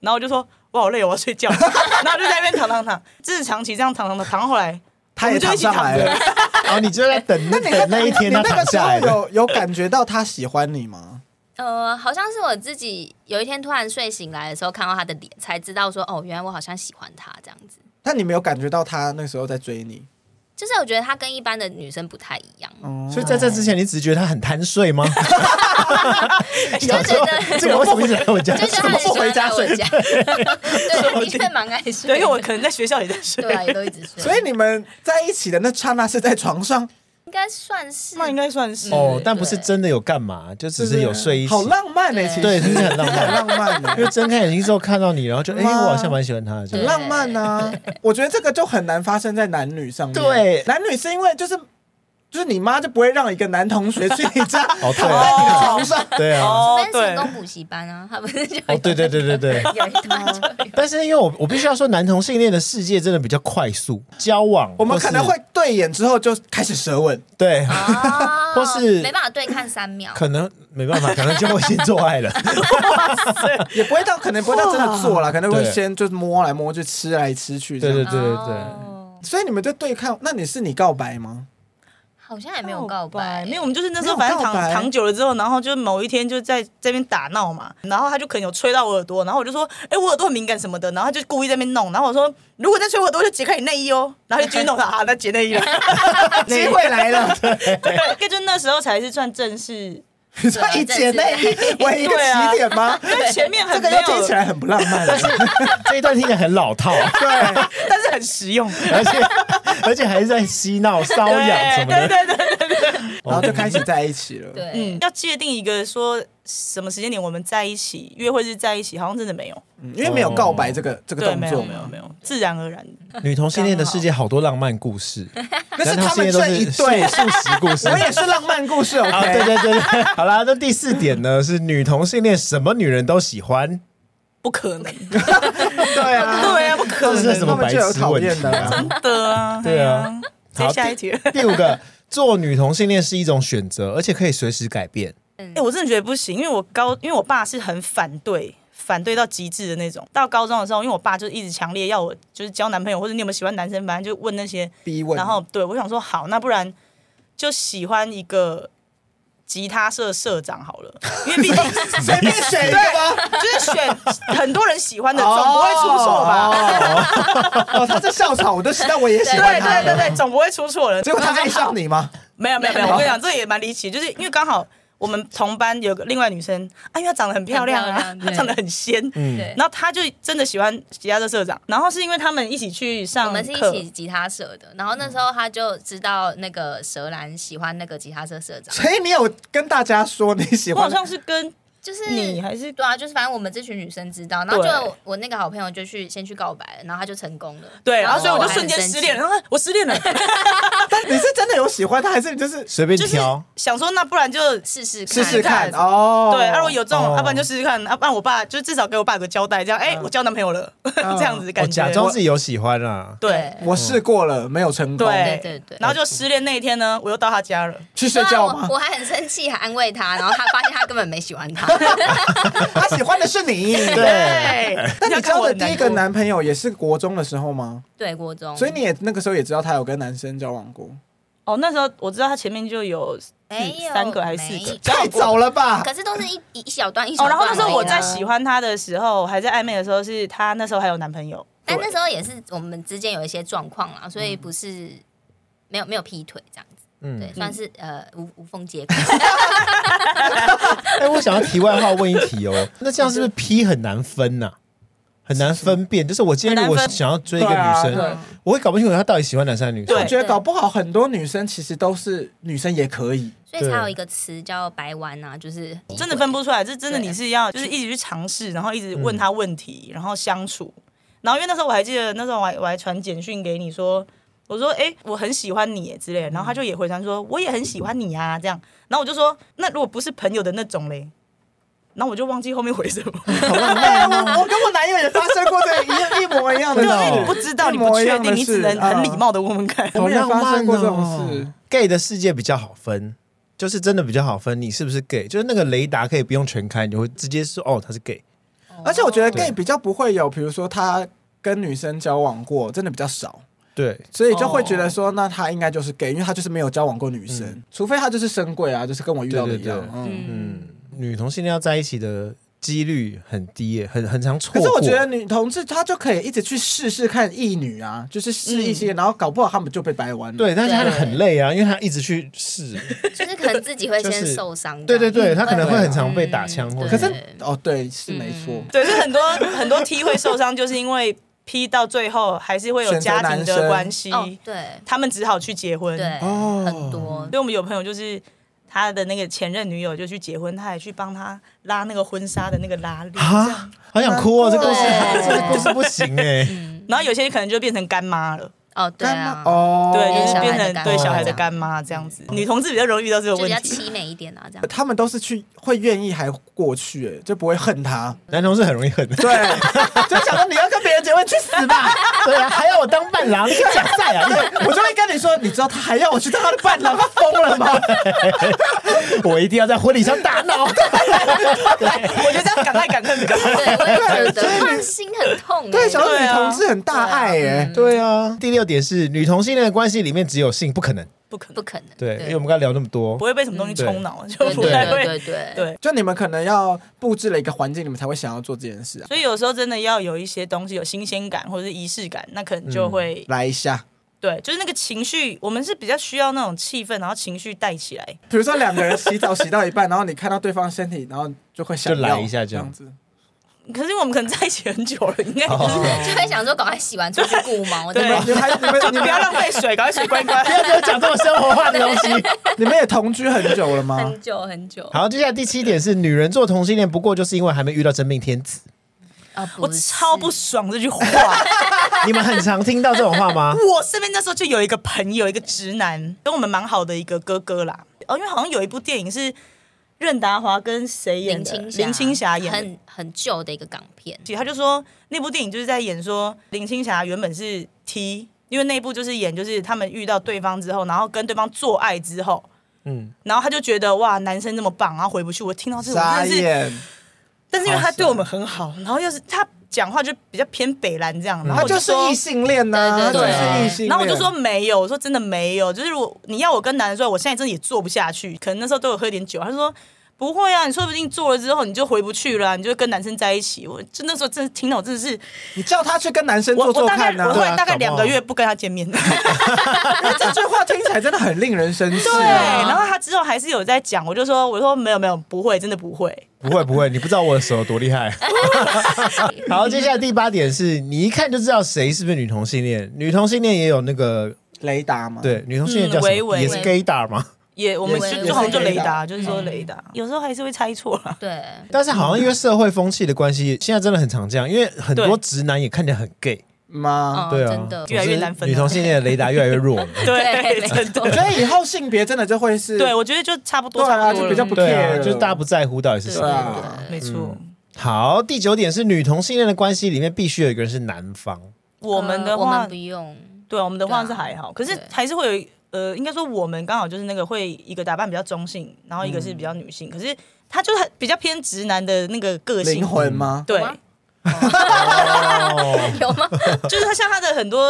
然后我就说我好累，我要 睡觉，然后就在那边躺躺躺，就是长期这样躺躺躺，躺到后来他也我们就躺一起上来着了。然哦后你就在等那那你等那一 天你他那躺个时下候来了，有有感觉到他喜欢你吗？呃，好像是我自己有一天突然睡醒来的时候，看到他的脸，才知道说，哦，原来我好像喜欢他这样子。但你没有感觉到他那时候在追你，就是我觉得他跟一般的女生不太一样，所以在这之前，你只是觉得他很贪睡吗？ 就觉得这个为什么一直来我家 就？觉得他很喜欢来我家， 对，他的确蛮爱睡的， 对，因为我可能在学校也在睡对，啊，也都一直睡，所以你们在一起的那刹那是在床上，应该算是 那应该算是哦，但不是真的有干嘛，就只是有睡一起好，浪漫呢、对欸，其实对，真的很浪很漫。浪漫呢、因 为睁开眼睛之后看到你，然后就哎，哇我好像蛮喜欢他的这很样。浪漫呐、我觉得这个就很难发生在男女上面。对男女是因为就是就是你妈就不会让一个男同学去你家 哦，对躺在你的啊，床上，对啊，哦分对。成功补习班啊，他不是就哦，对对对对对。有一段 就但是因为我我必须要说，男同性恋的世界真的比较快速，交往我们或是可能会对眼之后就开始舌吻，对，哦或是没办法对看三秒，可能没办法，可能就会先做爱 了。也不会到可能不会到真的做了，可能 会对先就是摸来摸去、吃来吃去这对样。对对对对。哦所以你们就对抗，那你是你告白吗？好像也没有告白，没有，我们就是那时没有候反正告躺白躺久了之后，然后就某一天就在这边打闹嘛，然后他就可能有吹到我耳朵，然后我就说，哎、我耳朵很敏感什么的，然后他就故意在那边弄，然后我说，如果再吹我耳朵，我就解开你内衣哦，然后他就继续弄他，啊，那解内衣了，机会来了，对，就那时候才是算正式，你说以姐妹为一个起点吗？因为前面这很个没又听有起，来很不浪漫了。啊这一段听起来很老套，啊对，但是很实用，而且而且还是在嬉闹、瘙痒什么对的。对对对对对，然后就开始在一起了。对，嗯，要界定一个说什么时间点我们在一起约会是在一起，好像真的没有，嗯，因为没有告白这哦个这个对，动没有作，没有没有，自然而然，女同性恋的世界好多浪漫故事，那男是同他性恋们都这一是对。素食故事。我也是浪漫故事啊， ，OK？对对对对，好啦，那第四点呢是女同性恋什么女人都喜欢，不可能，对啊， 对啊，不可 这能，是什么他们白就有痴讨问厌题的啊？啊。哎的啊，对啊。接好下一题，第五个，做女同性恋是一种选择，而且可以随时改变。哎、我真的觉得不行，因为我高，因为我爸是很反对，反对到极致的那种。到高中的时候，因为我爸就一直强烈要我就是交男朋友，或者你有没有喜欢男生，反正就问那些。 逼问，然后对我想说，好，那不然就喜欢一个吉他社社长好了，因为毕竟就随便选一个吧，是选很多人喜欢的，哦总不会出错吧？吧？ 哦，他在校草，我都知道，我也喜对欢对他。对对，总不会出错 的。结果他爱上你吗？没有没有没有，我跟你讲，这也蛮离奇，就是因为刚好我们同班有个另外女生，啊，因为她长得很漂亮啊很漂亮，她对嗯长得很仙，嗯对然后她就真的喜欢吉他社社长，然后是因为他们一起去我上们是一课，起吉他社的，然后那时候他就知道那个蛇兰喜欢那个吉他社社长，所以你有跟大家说你喜我好欢？像是跟就是你还是对啊，就是反正我们这群女生知道，然后对就我那个好朋友就去先去告白了，然后他就成功了，对，然后所以我就瞬间还哦失很生恋气了，然后我失恋了， 但你是真的有喜欢他，还是你就是随便就是挑，想说那不然就。试试试试看看哦？对，啊，我有这种，哦要、不然就试试看，要、啊不然我爸就至少给我爸有个交代，这样，哦哎、我交男朋友了，哦 这样子的我感觉，哦假装自己有喜欢啊。对我试过了，没有成功，对对对对然后就失恋那一天呢，我又到他家了，去对睡啊觉吗我？我还很生气，还安慰他，然后他发现他根本没喜欢 他，他喜欢的是你。对， 但你看交我的很第难一个过男朋友也是国中的时候吗？对，国中，所以你也那个时候也知道他有跟男生交往过，哦，那时候我知道他前面就有四没有三个还是四没个，太早了吧？可是都是一一一小段一小哦，段然而已后那啊，时候我在喜欢他的时候，还在暧昧的时候，是他那时候还有男朋友。但那对嗯时候也是我们之间有一些状况啦，所以不是没有没有劈腿这样子。嗯对，算是呃无无缝接轨。 哎，我想要题外话问一题 哦，那这样是不是 P 很难分呐、很难分辨，就是我今天如果很难分想要追一个女生，对啊我会搞不清楚她到底喜欢男生还是女对我生。觉得搞不好很多女生其实都是女生也可以，所以才有一个词叫“白玩”啊，就是真的分不出来，这真的对你是要就是一直去尝试，然后一直问他问题，然后相处。然后因为那时候我还记得，那时候我还我还传简讯给你说，我说哎、诶我很喜欢你耶之类的，然后他就也回传说我也很喜欢你啊这样。然后我就说那如果不是朋友的那种嘞，然后我就忘记后面回什么，啊哎，我我跟我男友也发生过这一一模一样的真事，的哦啊因为你不知道一你不模一确样的定，你只事能很礼嗯貌的问问看。我们也好浪发生过这漫种哦事。 gay 的世界比较好分，就是真的比较好分，你是不是 gay，就是那个雷达可以不用全开，你就会直接说哦他是 gay。啊而且我哦觉得对 gay 比较不会有，比如说他跟女生交往过，真的比较少，对，所以就会觉得哦说，那他应该就是 gay，因为他就是没有交往过女生，嗯除非他就是深贵啊，就是跟我遇到的一样。对对嗯嗯，女同性恋要在一起的几率很低耶，很很常错可过。是我觉得女同志她就可以一直去试试看异女啊，就是试一些，然后搞不好他们就被掰弯嗯了。对，但是他很累啊，因为他一直去试。就是可能自己会就是先受伤这对样。对对，他可能会很常被嗯打枪，或者可对是哦，对，是没错。 嗯对，所以很多很多 T 会受伤，就是因为 P 到最后还是会有选择家庭男生的关系，哦，对他们只好去结婚。对，哦很多所以我们有朋友就是他的那个前任女友就去结婚，他还去帮他拉那个婚纱的那个拉链，这样啊，好想哭哦，这故事，对这故事不行哎。然后有些可能就变成干妈了，哦，对干妈啊，哦，嗯对，就变是成变小孩成对小孩的干妈的干妈这样子。女同志比较容易遇到这个就问比较题，凄美一点啊， 这样。他们都是去会愿意还过去、哎，就不会恨他。男同事很容易恨，对， 就想说你要跟别人结婚去死吧， 对啊，还要我当伴 郎，你假赛啊！对我就会跟你说，你知道他还要我去当他的伴郎，他疯 了吗？我一定要在婚礼上大闹。我觉得这样赶快赶快比较好。对，我也觉得，突然心很痛欸。对，小对女啊同志很大爱欸耶、对啊， 第六点是女同性恋的关系里面只有性，不可能。不可不能，可能。对，因为我们刚才聊那么多不，会被什么东西冲脑，就对不对太对会对对对。就你们可能要布置了一个环境，你们才会想要做这件事啊。所以有时候真的要有一些东西有新鲜感或者是仪式感，那可能就嗯会、来一下，对，就是那个情绪，我们是比较需要那种气氛，然后情绪带起来。比如说两个人洗澡洗到一半，然后你看到对方身体，然后就会想就来要一下这这样样子。可是我们可能在一起很久了，应该哦就 是、就会想说赶快洗完出去顾毛，对对你们还你们就你不们要 浪费水，赶快水关一关。不要给我讲这么生活化的东西。你们也同居很久了吗？很久很久。好，接下来第七点是女人做同性恋，不过就是因为还没遇到真命天子。啊，我不是超不爽这句话。你们很常听到这种话吗？我身边那时候就有一个朋友，一个直男，跟我们蛮好的一个哥哥啦。哦，因为好像有一部电影是任达华跟谁演林的？青林青霞演的。很很旧的一个港片，其实他就说那部电影就是在演说林青霞原本是 T，因为那部就是演就是他们遇到对方之后，然后跟对方做爱之后，嗯，然后他就觉得哇男生这么棒，然后回不去。我听到这个我傻真的是，眼，但是因为他对我们很好，然后又是他讲话就比较偏北蓝这样，然他后我嗯就就是说异。性恋呐、对对对他就是异性恋。然后我就说没有，我说真的没有，就是我你要我跟男的说，我现在真的也做不下去，可能那时候都有喝点酒。他说不会啊，你说不定做了之后你就回不去了啊、你就跟男生在一起。我就那时候真的听到，我真的是你叫他去跟男生我做做我大概看呐、我对会啊大概搞不好两个月不跟 他见面，对， 这句话听起来真的很令人生气、啊然后他之后还是有在讲，我就说我说没有没有不会，真的不会，不会不会，你不知道我的手有多厉 害。好，接下来第八点是你一看就知道谁是不是女同性恋。女同性恋也有那个雷达嘛，，对，女同性恋叫什嗯维么？维也是 gaydar 嘛。也我们也就也就好像是就雷雷达，达就是说雷达，有时候还是会猜错啊了。对，但是好像因为社会风气的关系，现在真的很常这样，因为很多对直男也看起来很 gay。吗？哦对啊真，的总之越来越难分啊女同性恋的雷达越来越弱。 对，啊没错真的，所以以后性别真的就会是对我觉得就差不多，对啊差不多就了比较不对啊， care 就是大家不在乎到底是对谁对。啊对没错。好，第九点是女同性恋的关系里面必须有一个人是男方。我们呃的我话们不，用， 对我们的话对啊是还好，可是对还是会有呃，应该说我们刚好就是那个会一个打扮比较中性，然后一个是比较女性，可是他就是很比较偏直男的那个个性灵，魂吗？对有。吗哦，有吗？就是他像他的很多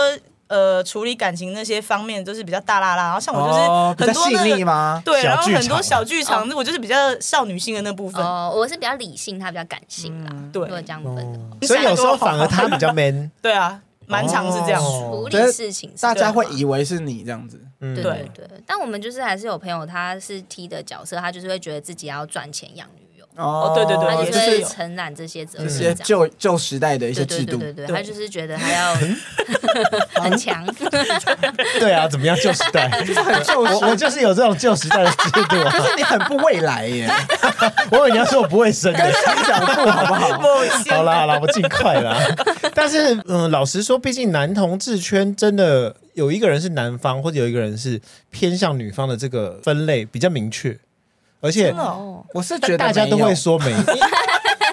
呃处理感情那些方面都是比较大啦啦，然后像我哦就是很多比较那细腻个、吗？对，小然后剧很多场小剧场，我就是比较少女性的那部分，哦，我是比较理性，他比较感性啦。嗯对如果这样分的话，所以有时候反而他比较 man。对啊。满场是这样。 哦处理就是事情是啊大家会对的以为是你这样子，嗯对对对对，但我们就是还是有朋友，他是 T 的角色，他就是会觉得自己要赚钱养女友，哦对对对他哦就就是也会有是承揽这些责嗯一任，这些样旧旧时代的一些对制对对度，对对，对他就是觉得他要很强， 对啊，怎么样旧时代？我我就是有这种旧时代的制度啊！就是你很不未来耶， 我以为你要说我不卫生的，讲不好不好？某些好啦好啦，我尽快啦。但是，嗯、老实说，毕竟男同志圈真的有一个人是男方，或者有一个人是偏向女方的这个分类比较明确，而且真的哦哦，我是觉大大得家都没会有，说没有。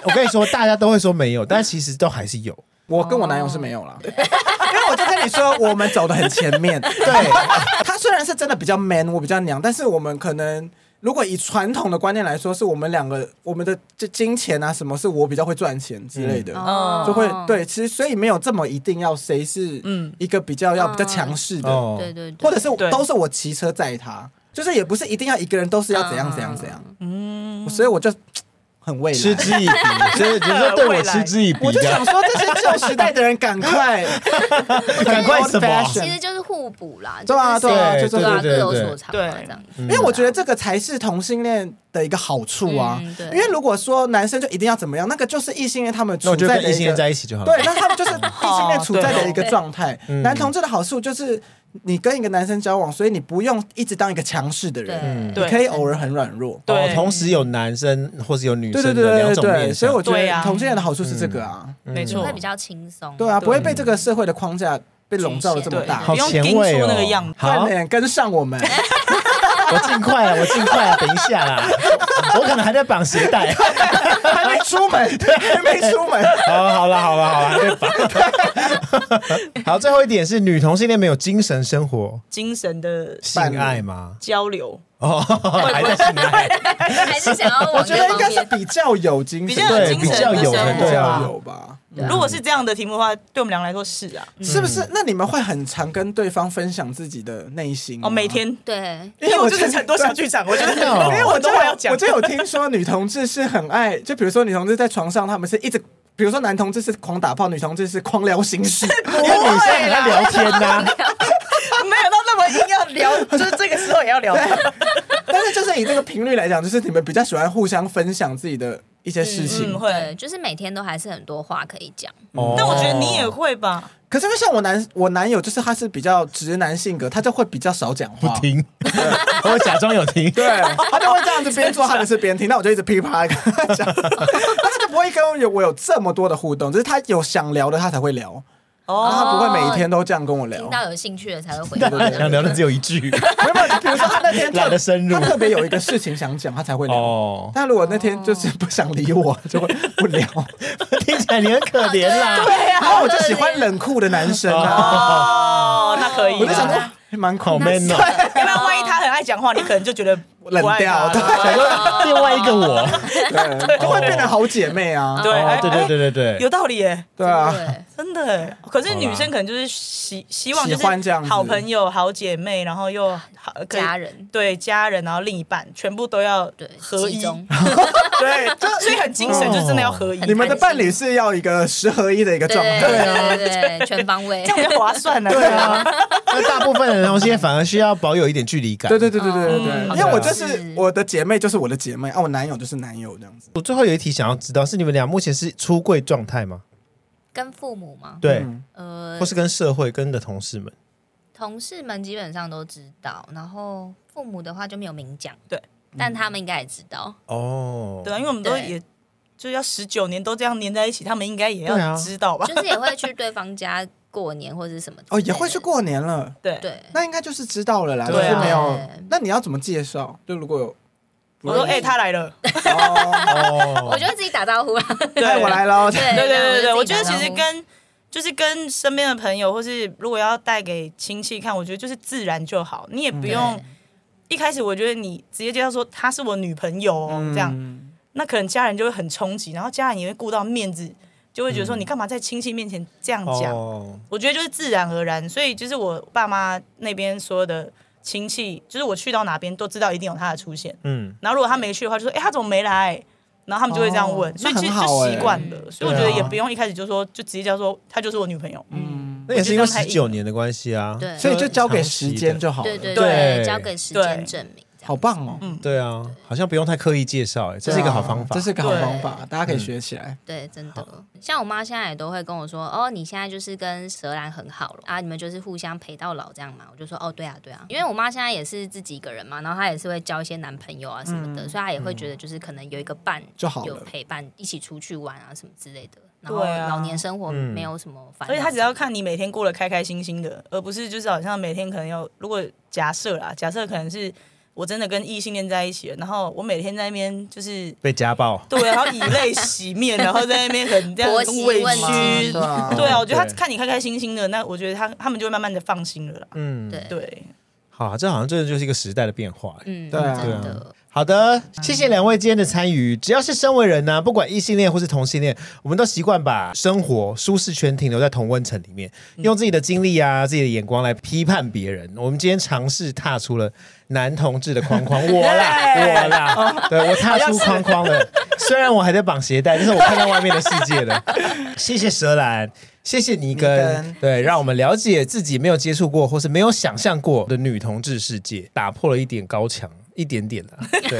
我跟你说，大家都会说没有，但其实都还 是有。我跟我男友是没有啦，哦因为我就跟你说，我们走的很前 面。对，他虽然是真的比较 man，我比较娘，但是我们可能。如果以传统的观念来说，是我们两个我们的这金钱啊，什么是我比较会赚钱之类的，哦就会，对，其实所以没有这么一定要谁是嗯一个比较要嗯比较强势的，哦，对对对，或者是对都是我骑车载他，就是也不是一定要一个人都是要怎样怎样怎样，嗯，所以我就很未嗤来。之以 鼻，所以你说对我嗤之以鼻啊我就想的，说，这些旧时代的人赶快 赶快什么 old 其 fashion 实就是互补啦，对啊就是对啊就谁是对啊，对对各有对所长嘛，对这样嗯子，因为我觉得这个才是同性恋的一个好处啊。嗯对因为如果说男生就一定要怎么样，那个就是异性恋他们那处我就在跟的异性一个恋在一起就好了。对，那他们就是异性恋处在的一个状态。对男同志的好处就是你跟一个男生交往，所以你不用一直当一个强势的人，对你对可以偶尔很软弱。对嗯哦，同时有男生或是有女对对生对的对两对种对，面嗯所向以我觉对得啊同性恋的好处是这个啊，没就错会比较轻松，对啊，不会对被这个社会的框架被笼罩的这么对，大。好不用前盯卫出哦那个样子。好快点跟上我们， 我尽快了，我尽快了，等一下啦， 我可能还在绑鞋带。还没出 门，还没出门。 好，好了，好了，好了，还在绑。 好，最后一点是女同性恋没有精神生活、精神的性爱吗？交流，哦，还在性 爱，还是想要我往觉这得应方该是面。比较有精神，比较有对，精比神较有的的，生活对比较啊。有吧。对啊如果是这样的题目的话，对我们两个来说是啊，是不是？那你们会很常跟对方分享自己的内心吗哦，每，天，对，因为我就是很多小剧，剧场，我就是真的哦因为因为我我就都有会要讲我，就有听说女同志是很爱，就比如说女同志在床上，他们是一直，比如说男同志是狂打炮，女同志是狂聊心 事，因为女生还在聊天啊呐，没有到那么硬要聊，就是这个时候也要聊。 但是就是以这个频率来讲，就是你们比较喜欢互相分享自己的一些事情。嗯嗯会对，就是每天都还是很多话可以讲。哦但我觉得你也会吧，可是因为像我男我男友，就是他是比较直男性格，他就会比较少讲不话。 听，哦我假装有听。对，他就会这样子边做他的事边听，那我就一直噼啪跟他讲，但是就不会跟我有我有这么多的互动，只是他有想聊的他才会聊，然后哦，他不会每一天都这样跟我聊听。到有兴趣的才会回但答。我 想聊的只有一句没有，没有比如说他那天特懒得深入他特别有一个事情想讲，他才会聊。 哦，但如果那天就是不想理我，就会不聊。听起来你很可怜 啦。哎然后我就喜欢冷酷的男生啊，哦，那可以啊。我就想说哦还蛮好酷的。 man 哦， 要不然万一他很爱讲话，你可能就觉得 冷不爱他掉了想说另外一个我。对，就会变成好姐妹啊。 对哦哎对对对对对，有道理耶，对啊，对，真的耶。可是好啦女生可能就是希希望就喜欢这样是子好朋友、好姐妹，然后又好可以家人对家人，然后另一半全部都要对合集一，中对，就 所以很精神，哦就真的要合一，很你们的伴侣是要一个十合一的一个对状态。对对对，全方位哎这。样比较划算呢。对啊，那大部分的同性恋反而需要保有一点距离感。对对对对对对对，嗯因为我就好是的我的姐妹就是我的姐妹啊，我男友就是男友这样子。我最后有一题想要知道，是你们俩目前是出柜状态吗？跟父母吗？对，嗯呃或，是跟社会、跟你的同事们？同事们基本上都知道，然后父母的话就没有明讲。对，但他们应该也知道。哦，对啊，因为我们都对也就是要十九年都这样黏在一起，他们应该也对啊要知道吧？就是也会去对方家过年或者是什么之哦，类的也会去。过年了，对，对，那应该就是知道了啦，就对啊是没有对。那你要怎么介绍？就如果有，我说哎，他来了，哦，哦我就会自己打招 呼啦。对哎，我来了， 对对对对对对，我自觉得己打其实招呼跟就是跟身边的朋友，或是如果要带给亲戚看，我觉得就是自然就好，你也不用对一开始我觉得你直接介绍说她是我女朋友哦，这样，嗯那可能家人就会很冲击，然后家人也会顾到面子，就会觉得说你干嘛在亲戚面前这样讲？哦，我觉得就是自然而然，所以就是我爸妈那边所有的亲戚，就是我去到哪边都知道一定有他的出现。嗯，然后如果他没去的话，就说：“哎、他怎么没来？”然后他们就会这样问，哦所以其实那很好就欸习惯了。所以我觉得对啊也不用一开始就说，就直接叫说她就是我女朋友。嗯，嗯，那也是因为我觉十得这样太九年的关系啊。对所以就交给时间就好了。对嗯对对交给时间对证明。这样好棒哦！对啊，好像不用太刻意介绍，哎，这是一个好方法。啊嗯这是一个好方法，大家可以学起来。对，真的，像我妈现在也都会跟我说，哦，你现在就是跟蛇兰很好了啊，你们就是互相陪到老这样嘛。我就说，哦，对啊，对啊，因为我妈现在也是自己一个人嘛，然后她也是会交一些男朋友啊什么的，所以她也会觉得就是可能有一个伴嗯就好了有陪伴一起出去玩啊什么之类的，然后对啊老年生活嗯没有什么烦恼。而且他只要看你每天过得开开心心的，而不是就是好像每天可能要，如果假设啦，假设可能是我真的跟异性恋在一起了，然后我每天在那边就是被家暴，对，啊然后以泪洗面，然后在那边很这样婆媳很委问屈题，对啊对啊，我觉得他对看你开开心心的，那我觉得他他们就会慢慢的放心了啦。嗯，对，对，好，这好像真的就是一个时代的变化。哎嗯，对啊真的，好的，谢谢两位今天的参与。只要是身为人呢、啊不管异性恋或是同性恋，我们都习惯把生活舒适圈停留在同温层里面，用自己的经历啊、自己的眼光来批判别人。我们今天尝试踏出了男同志的框框，我啦，我啦，对我踏出框框了。虽然我还在绑鞋带，但是我看到外面的世界了。谢谢蛇兰。谢谢尼根，尼根 对，让我们了解自己没有接触过或是没有想象过的女同志世界，打破了一点高墙，一点点 啦。对，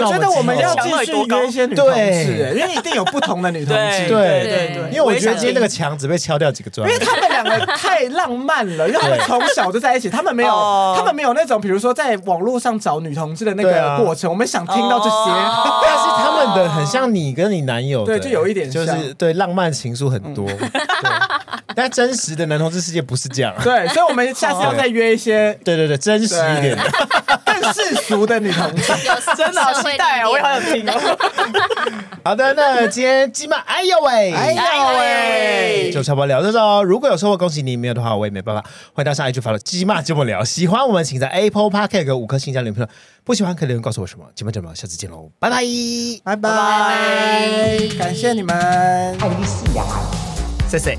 我觉得我们要希望继续约一些女同对志，哎因为一定有不不同的女同对志。对对 对对，因为我觉得今天那个也想墙只被敲掉几个砖因，为他们两个太浪漫了，因为他们从小就在一起，他们没有，哦他们没有那种比如说在网络上找女同志的那对个啊过程。我们想听到这些，哦 但是他们的很像你跟你男友的，对就有一点就像嗯是对浪漫情愫很多，对但真实的男同志世界不是这样。对，所以我们下次要再约 一些对对对，真实一点的。更世俗的女同志。有真的好社会期待啊！历我也练好想听哦。好的，那今天鸡嘛，哎呦喂，哎呦哎喂！就差不多聊到这哦。如果有收获，恭喜你；没有的话，我也没办法。欢迎到上一句发了鸡嘛这么聊。喜欢我们，请在 Apple Park 给我五颗星加留言评论。不喜欢可以留言告诉我什么。节目怎么，下次见喽，拜拜。拜拜，感谢你们。谢谢。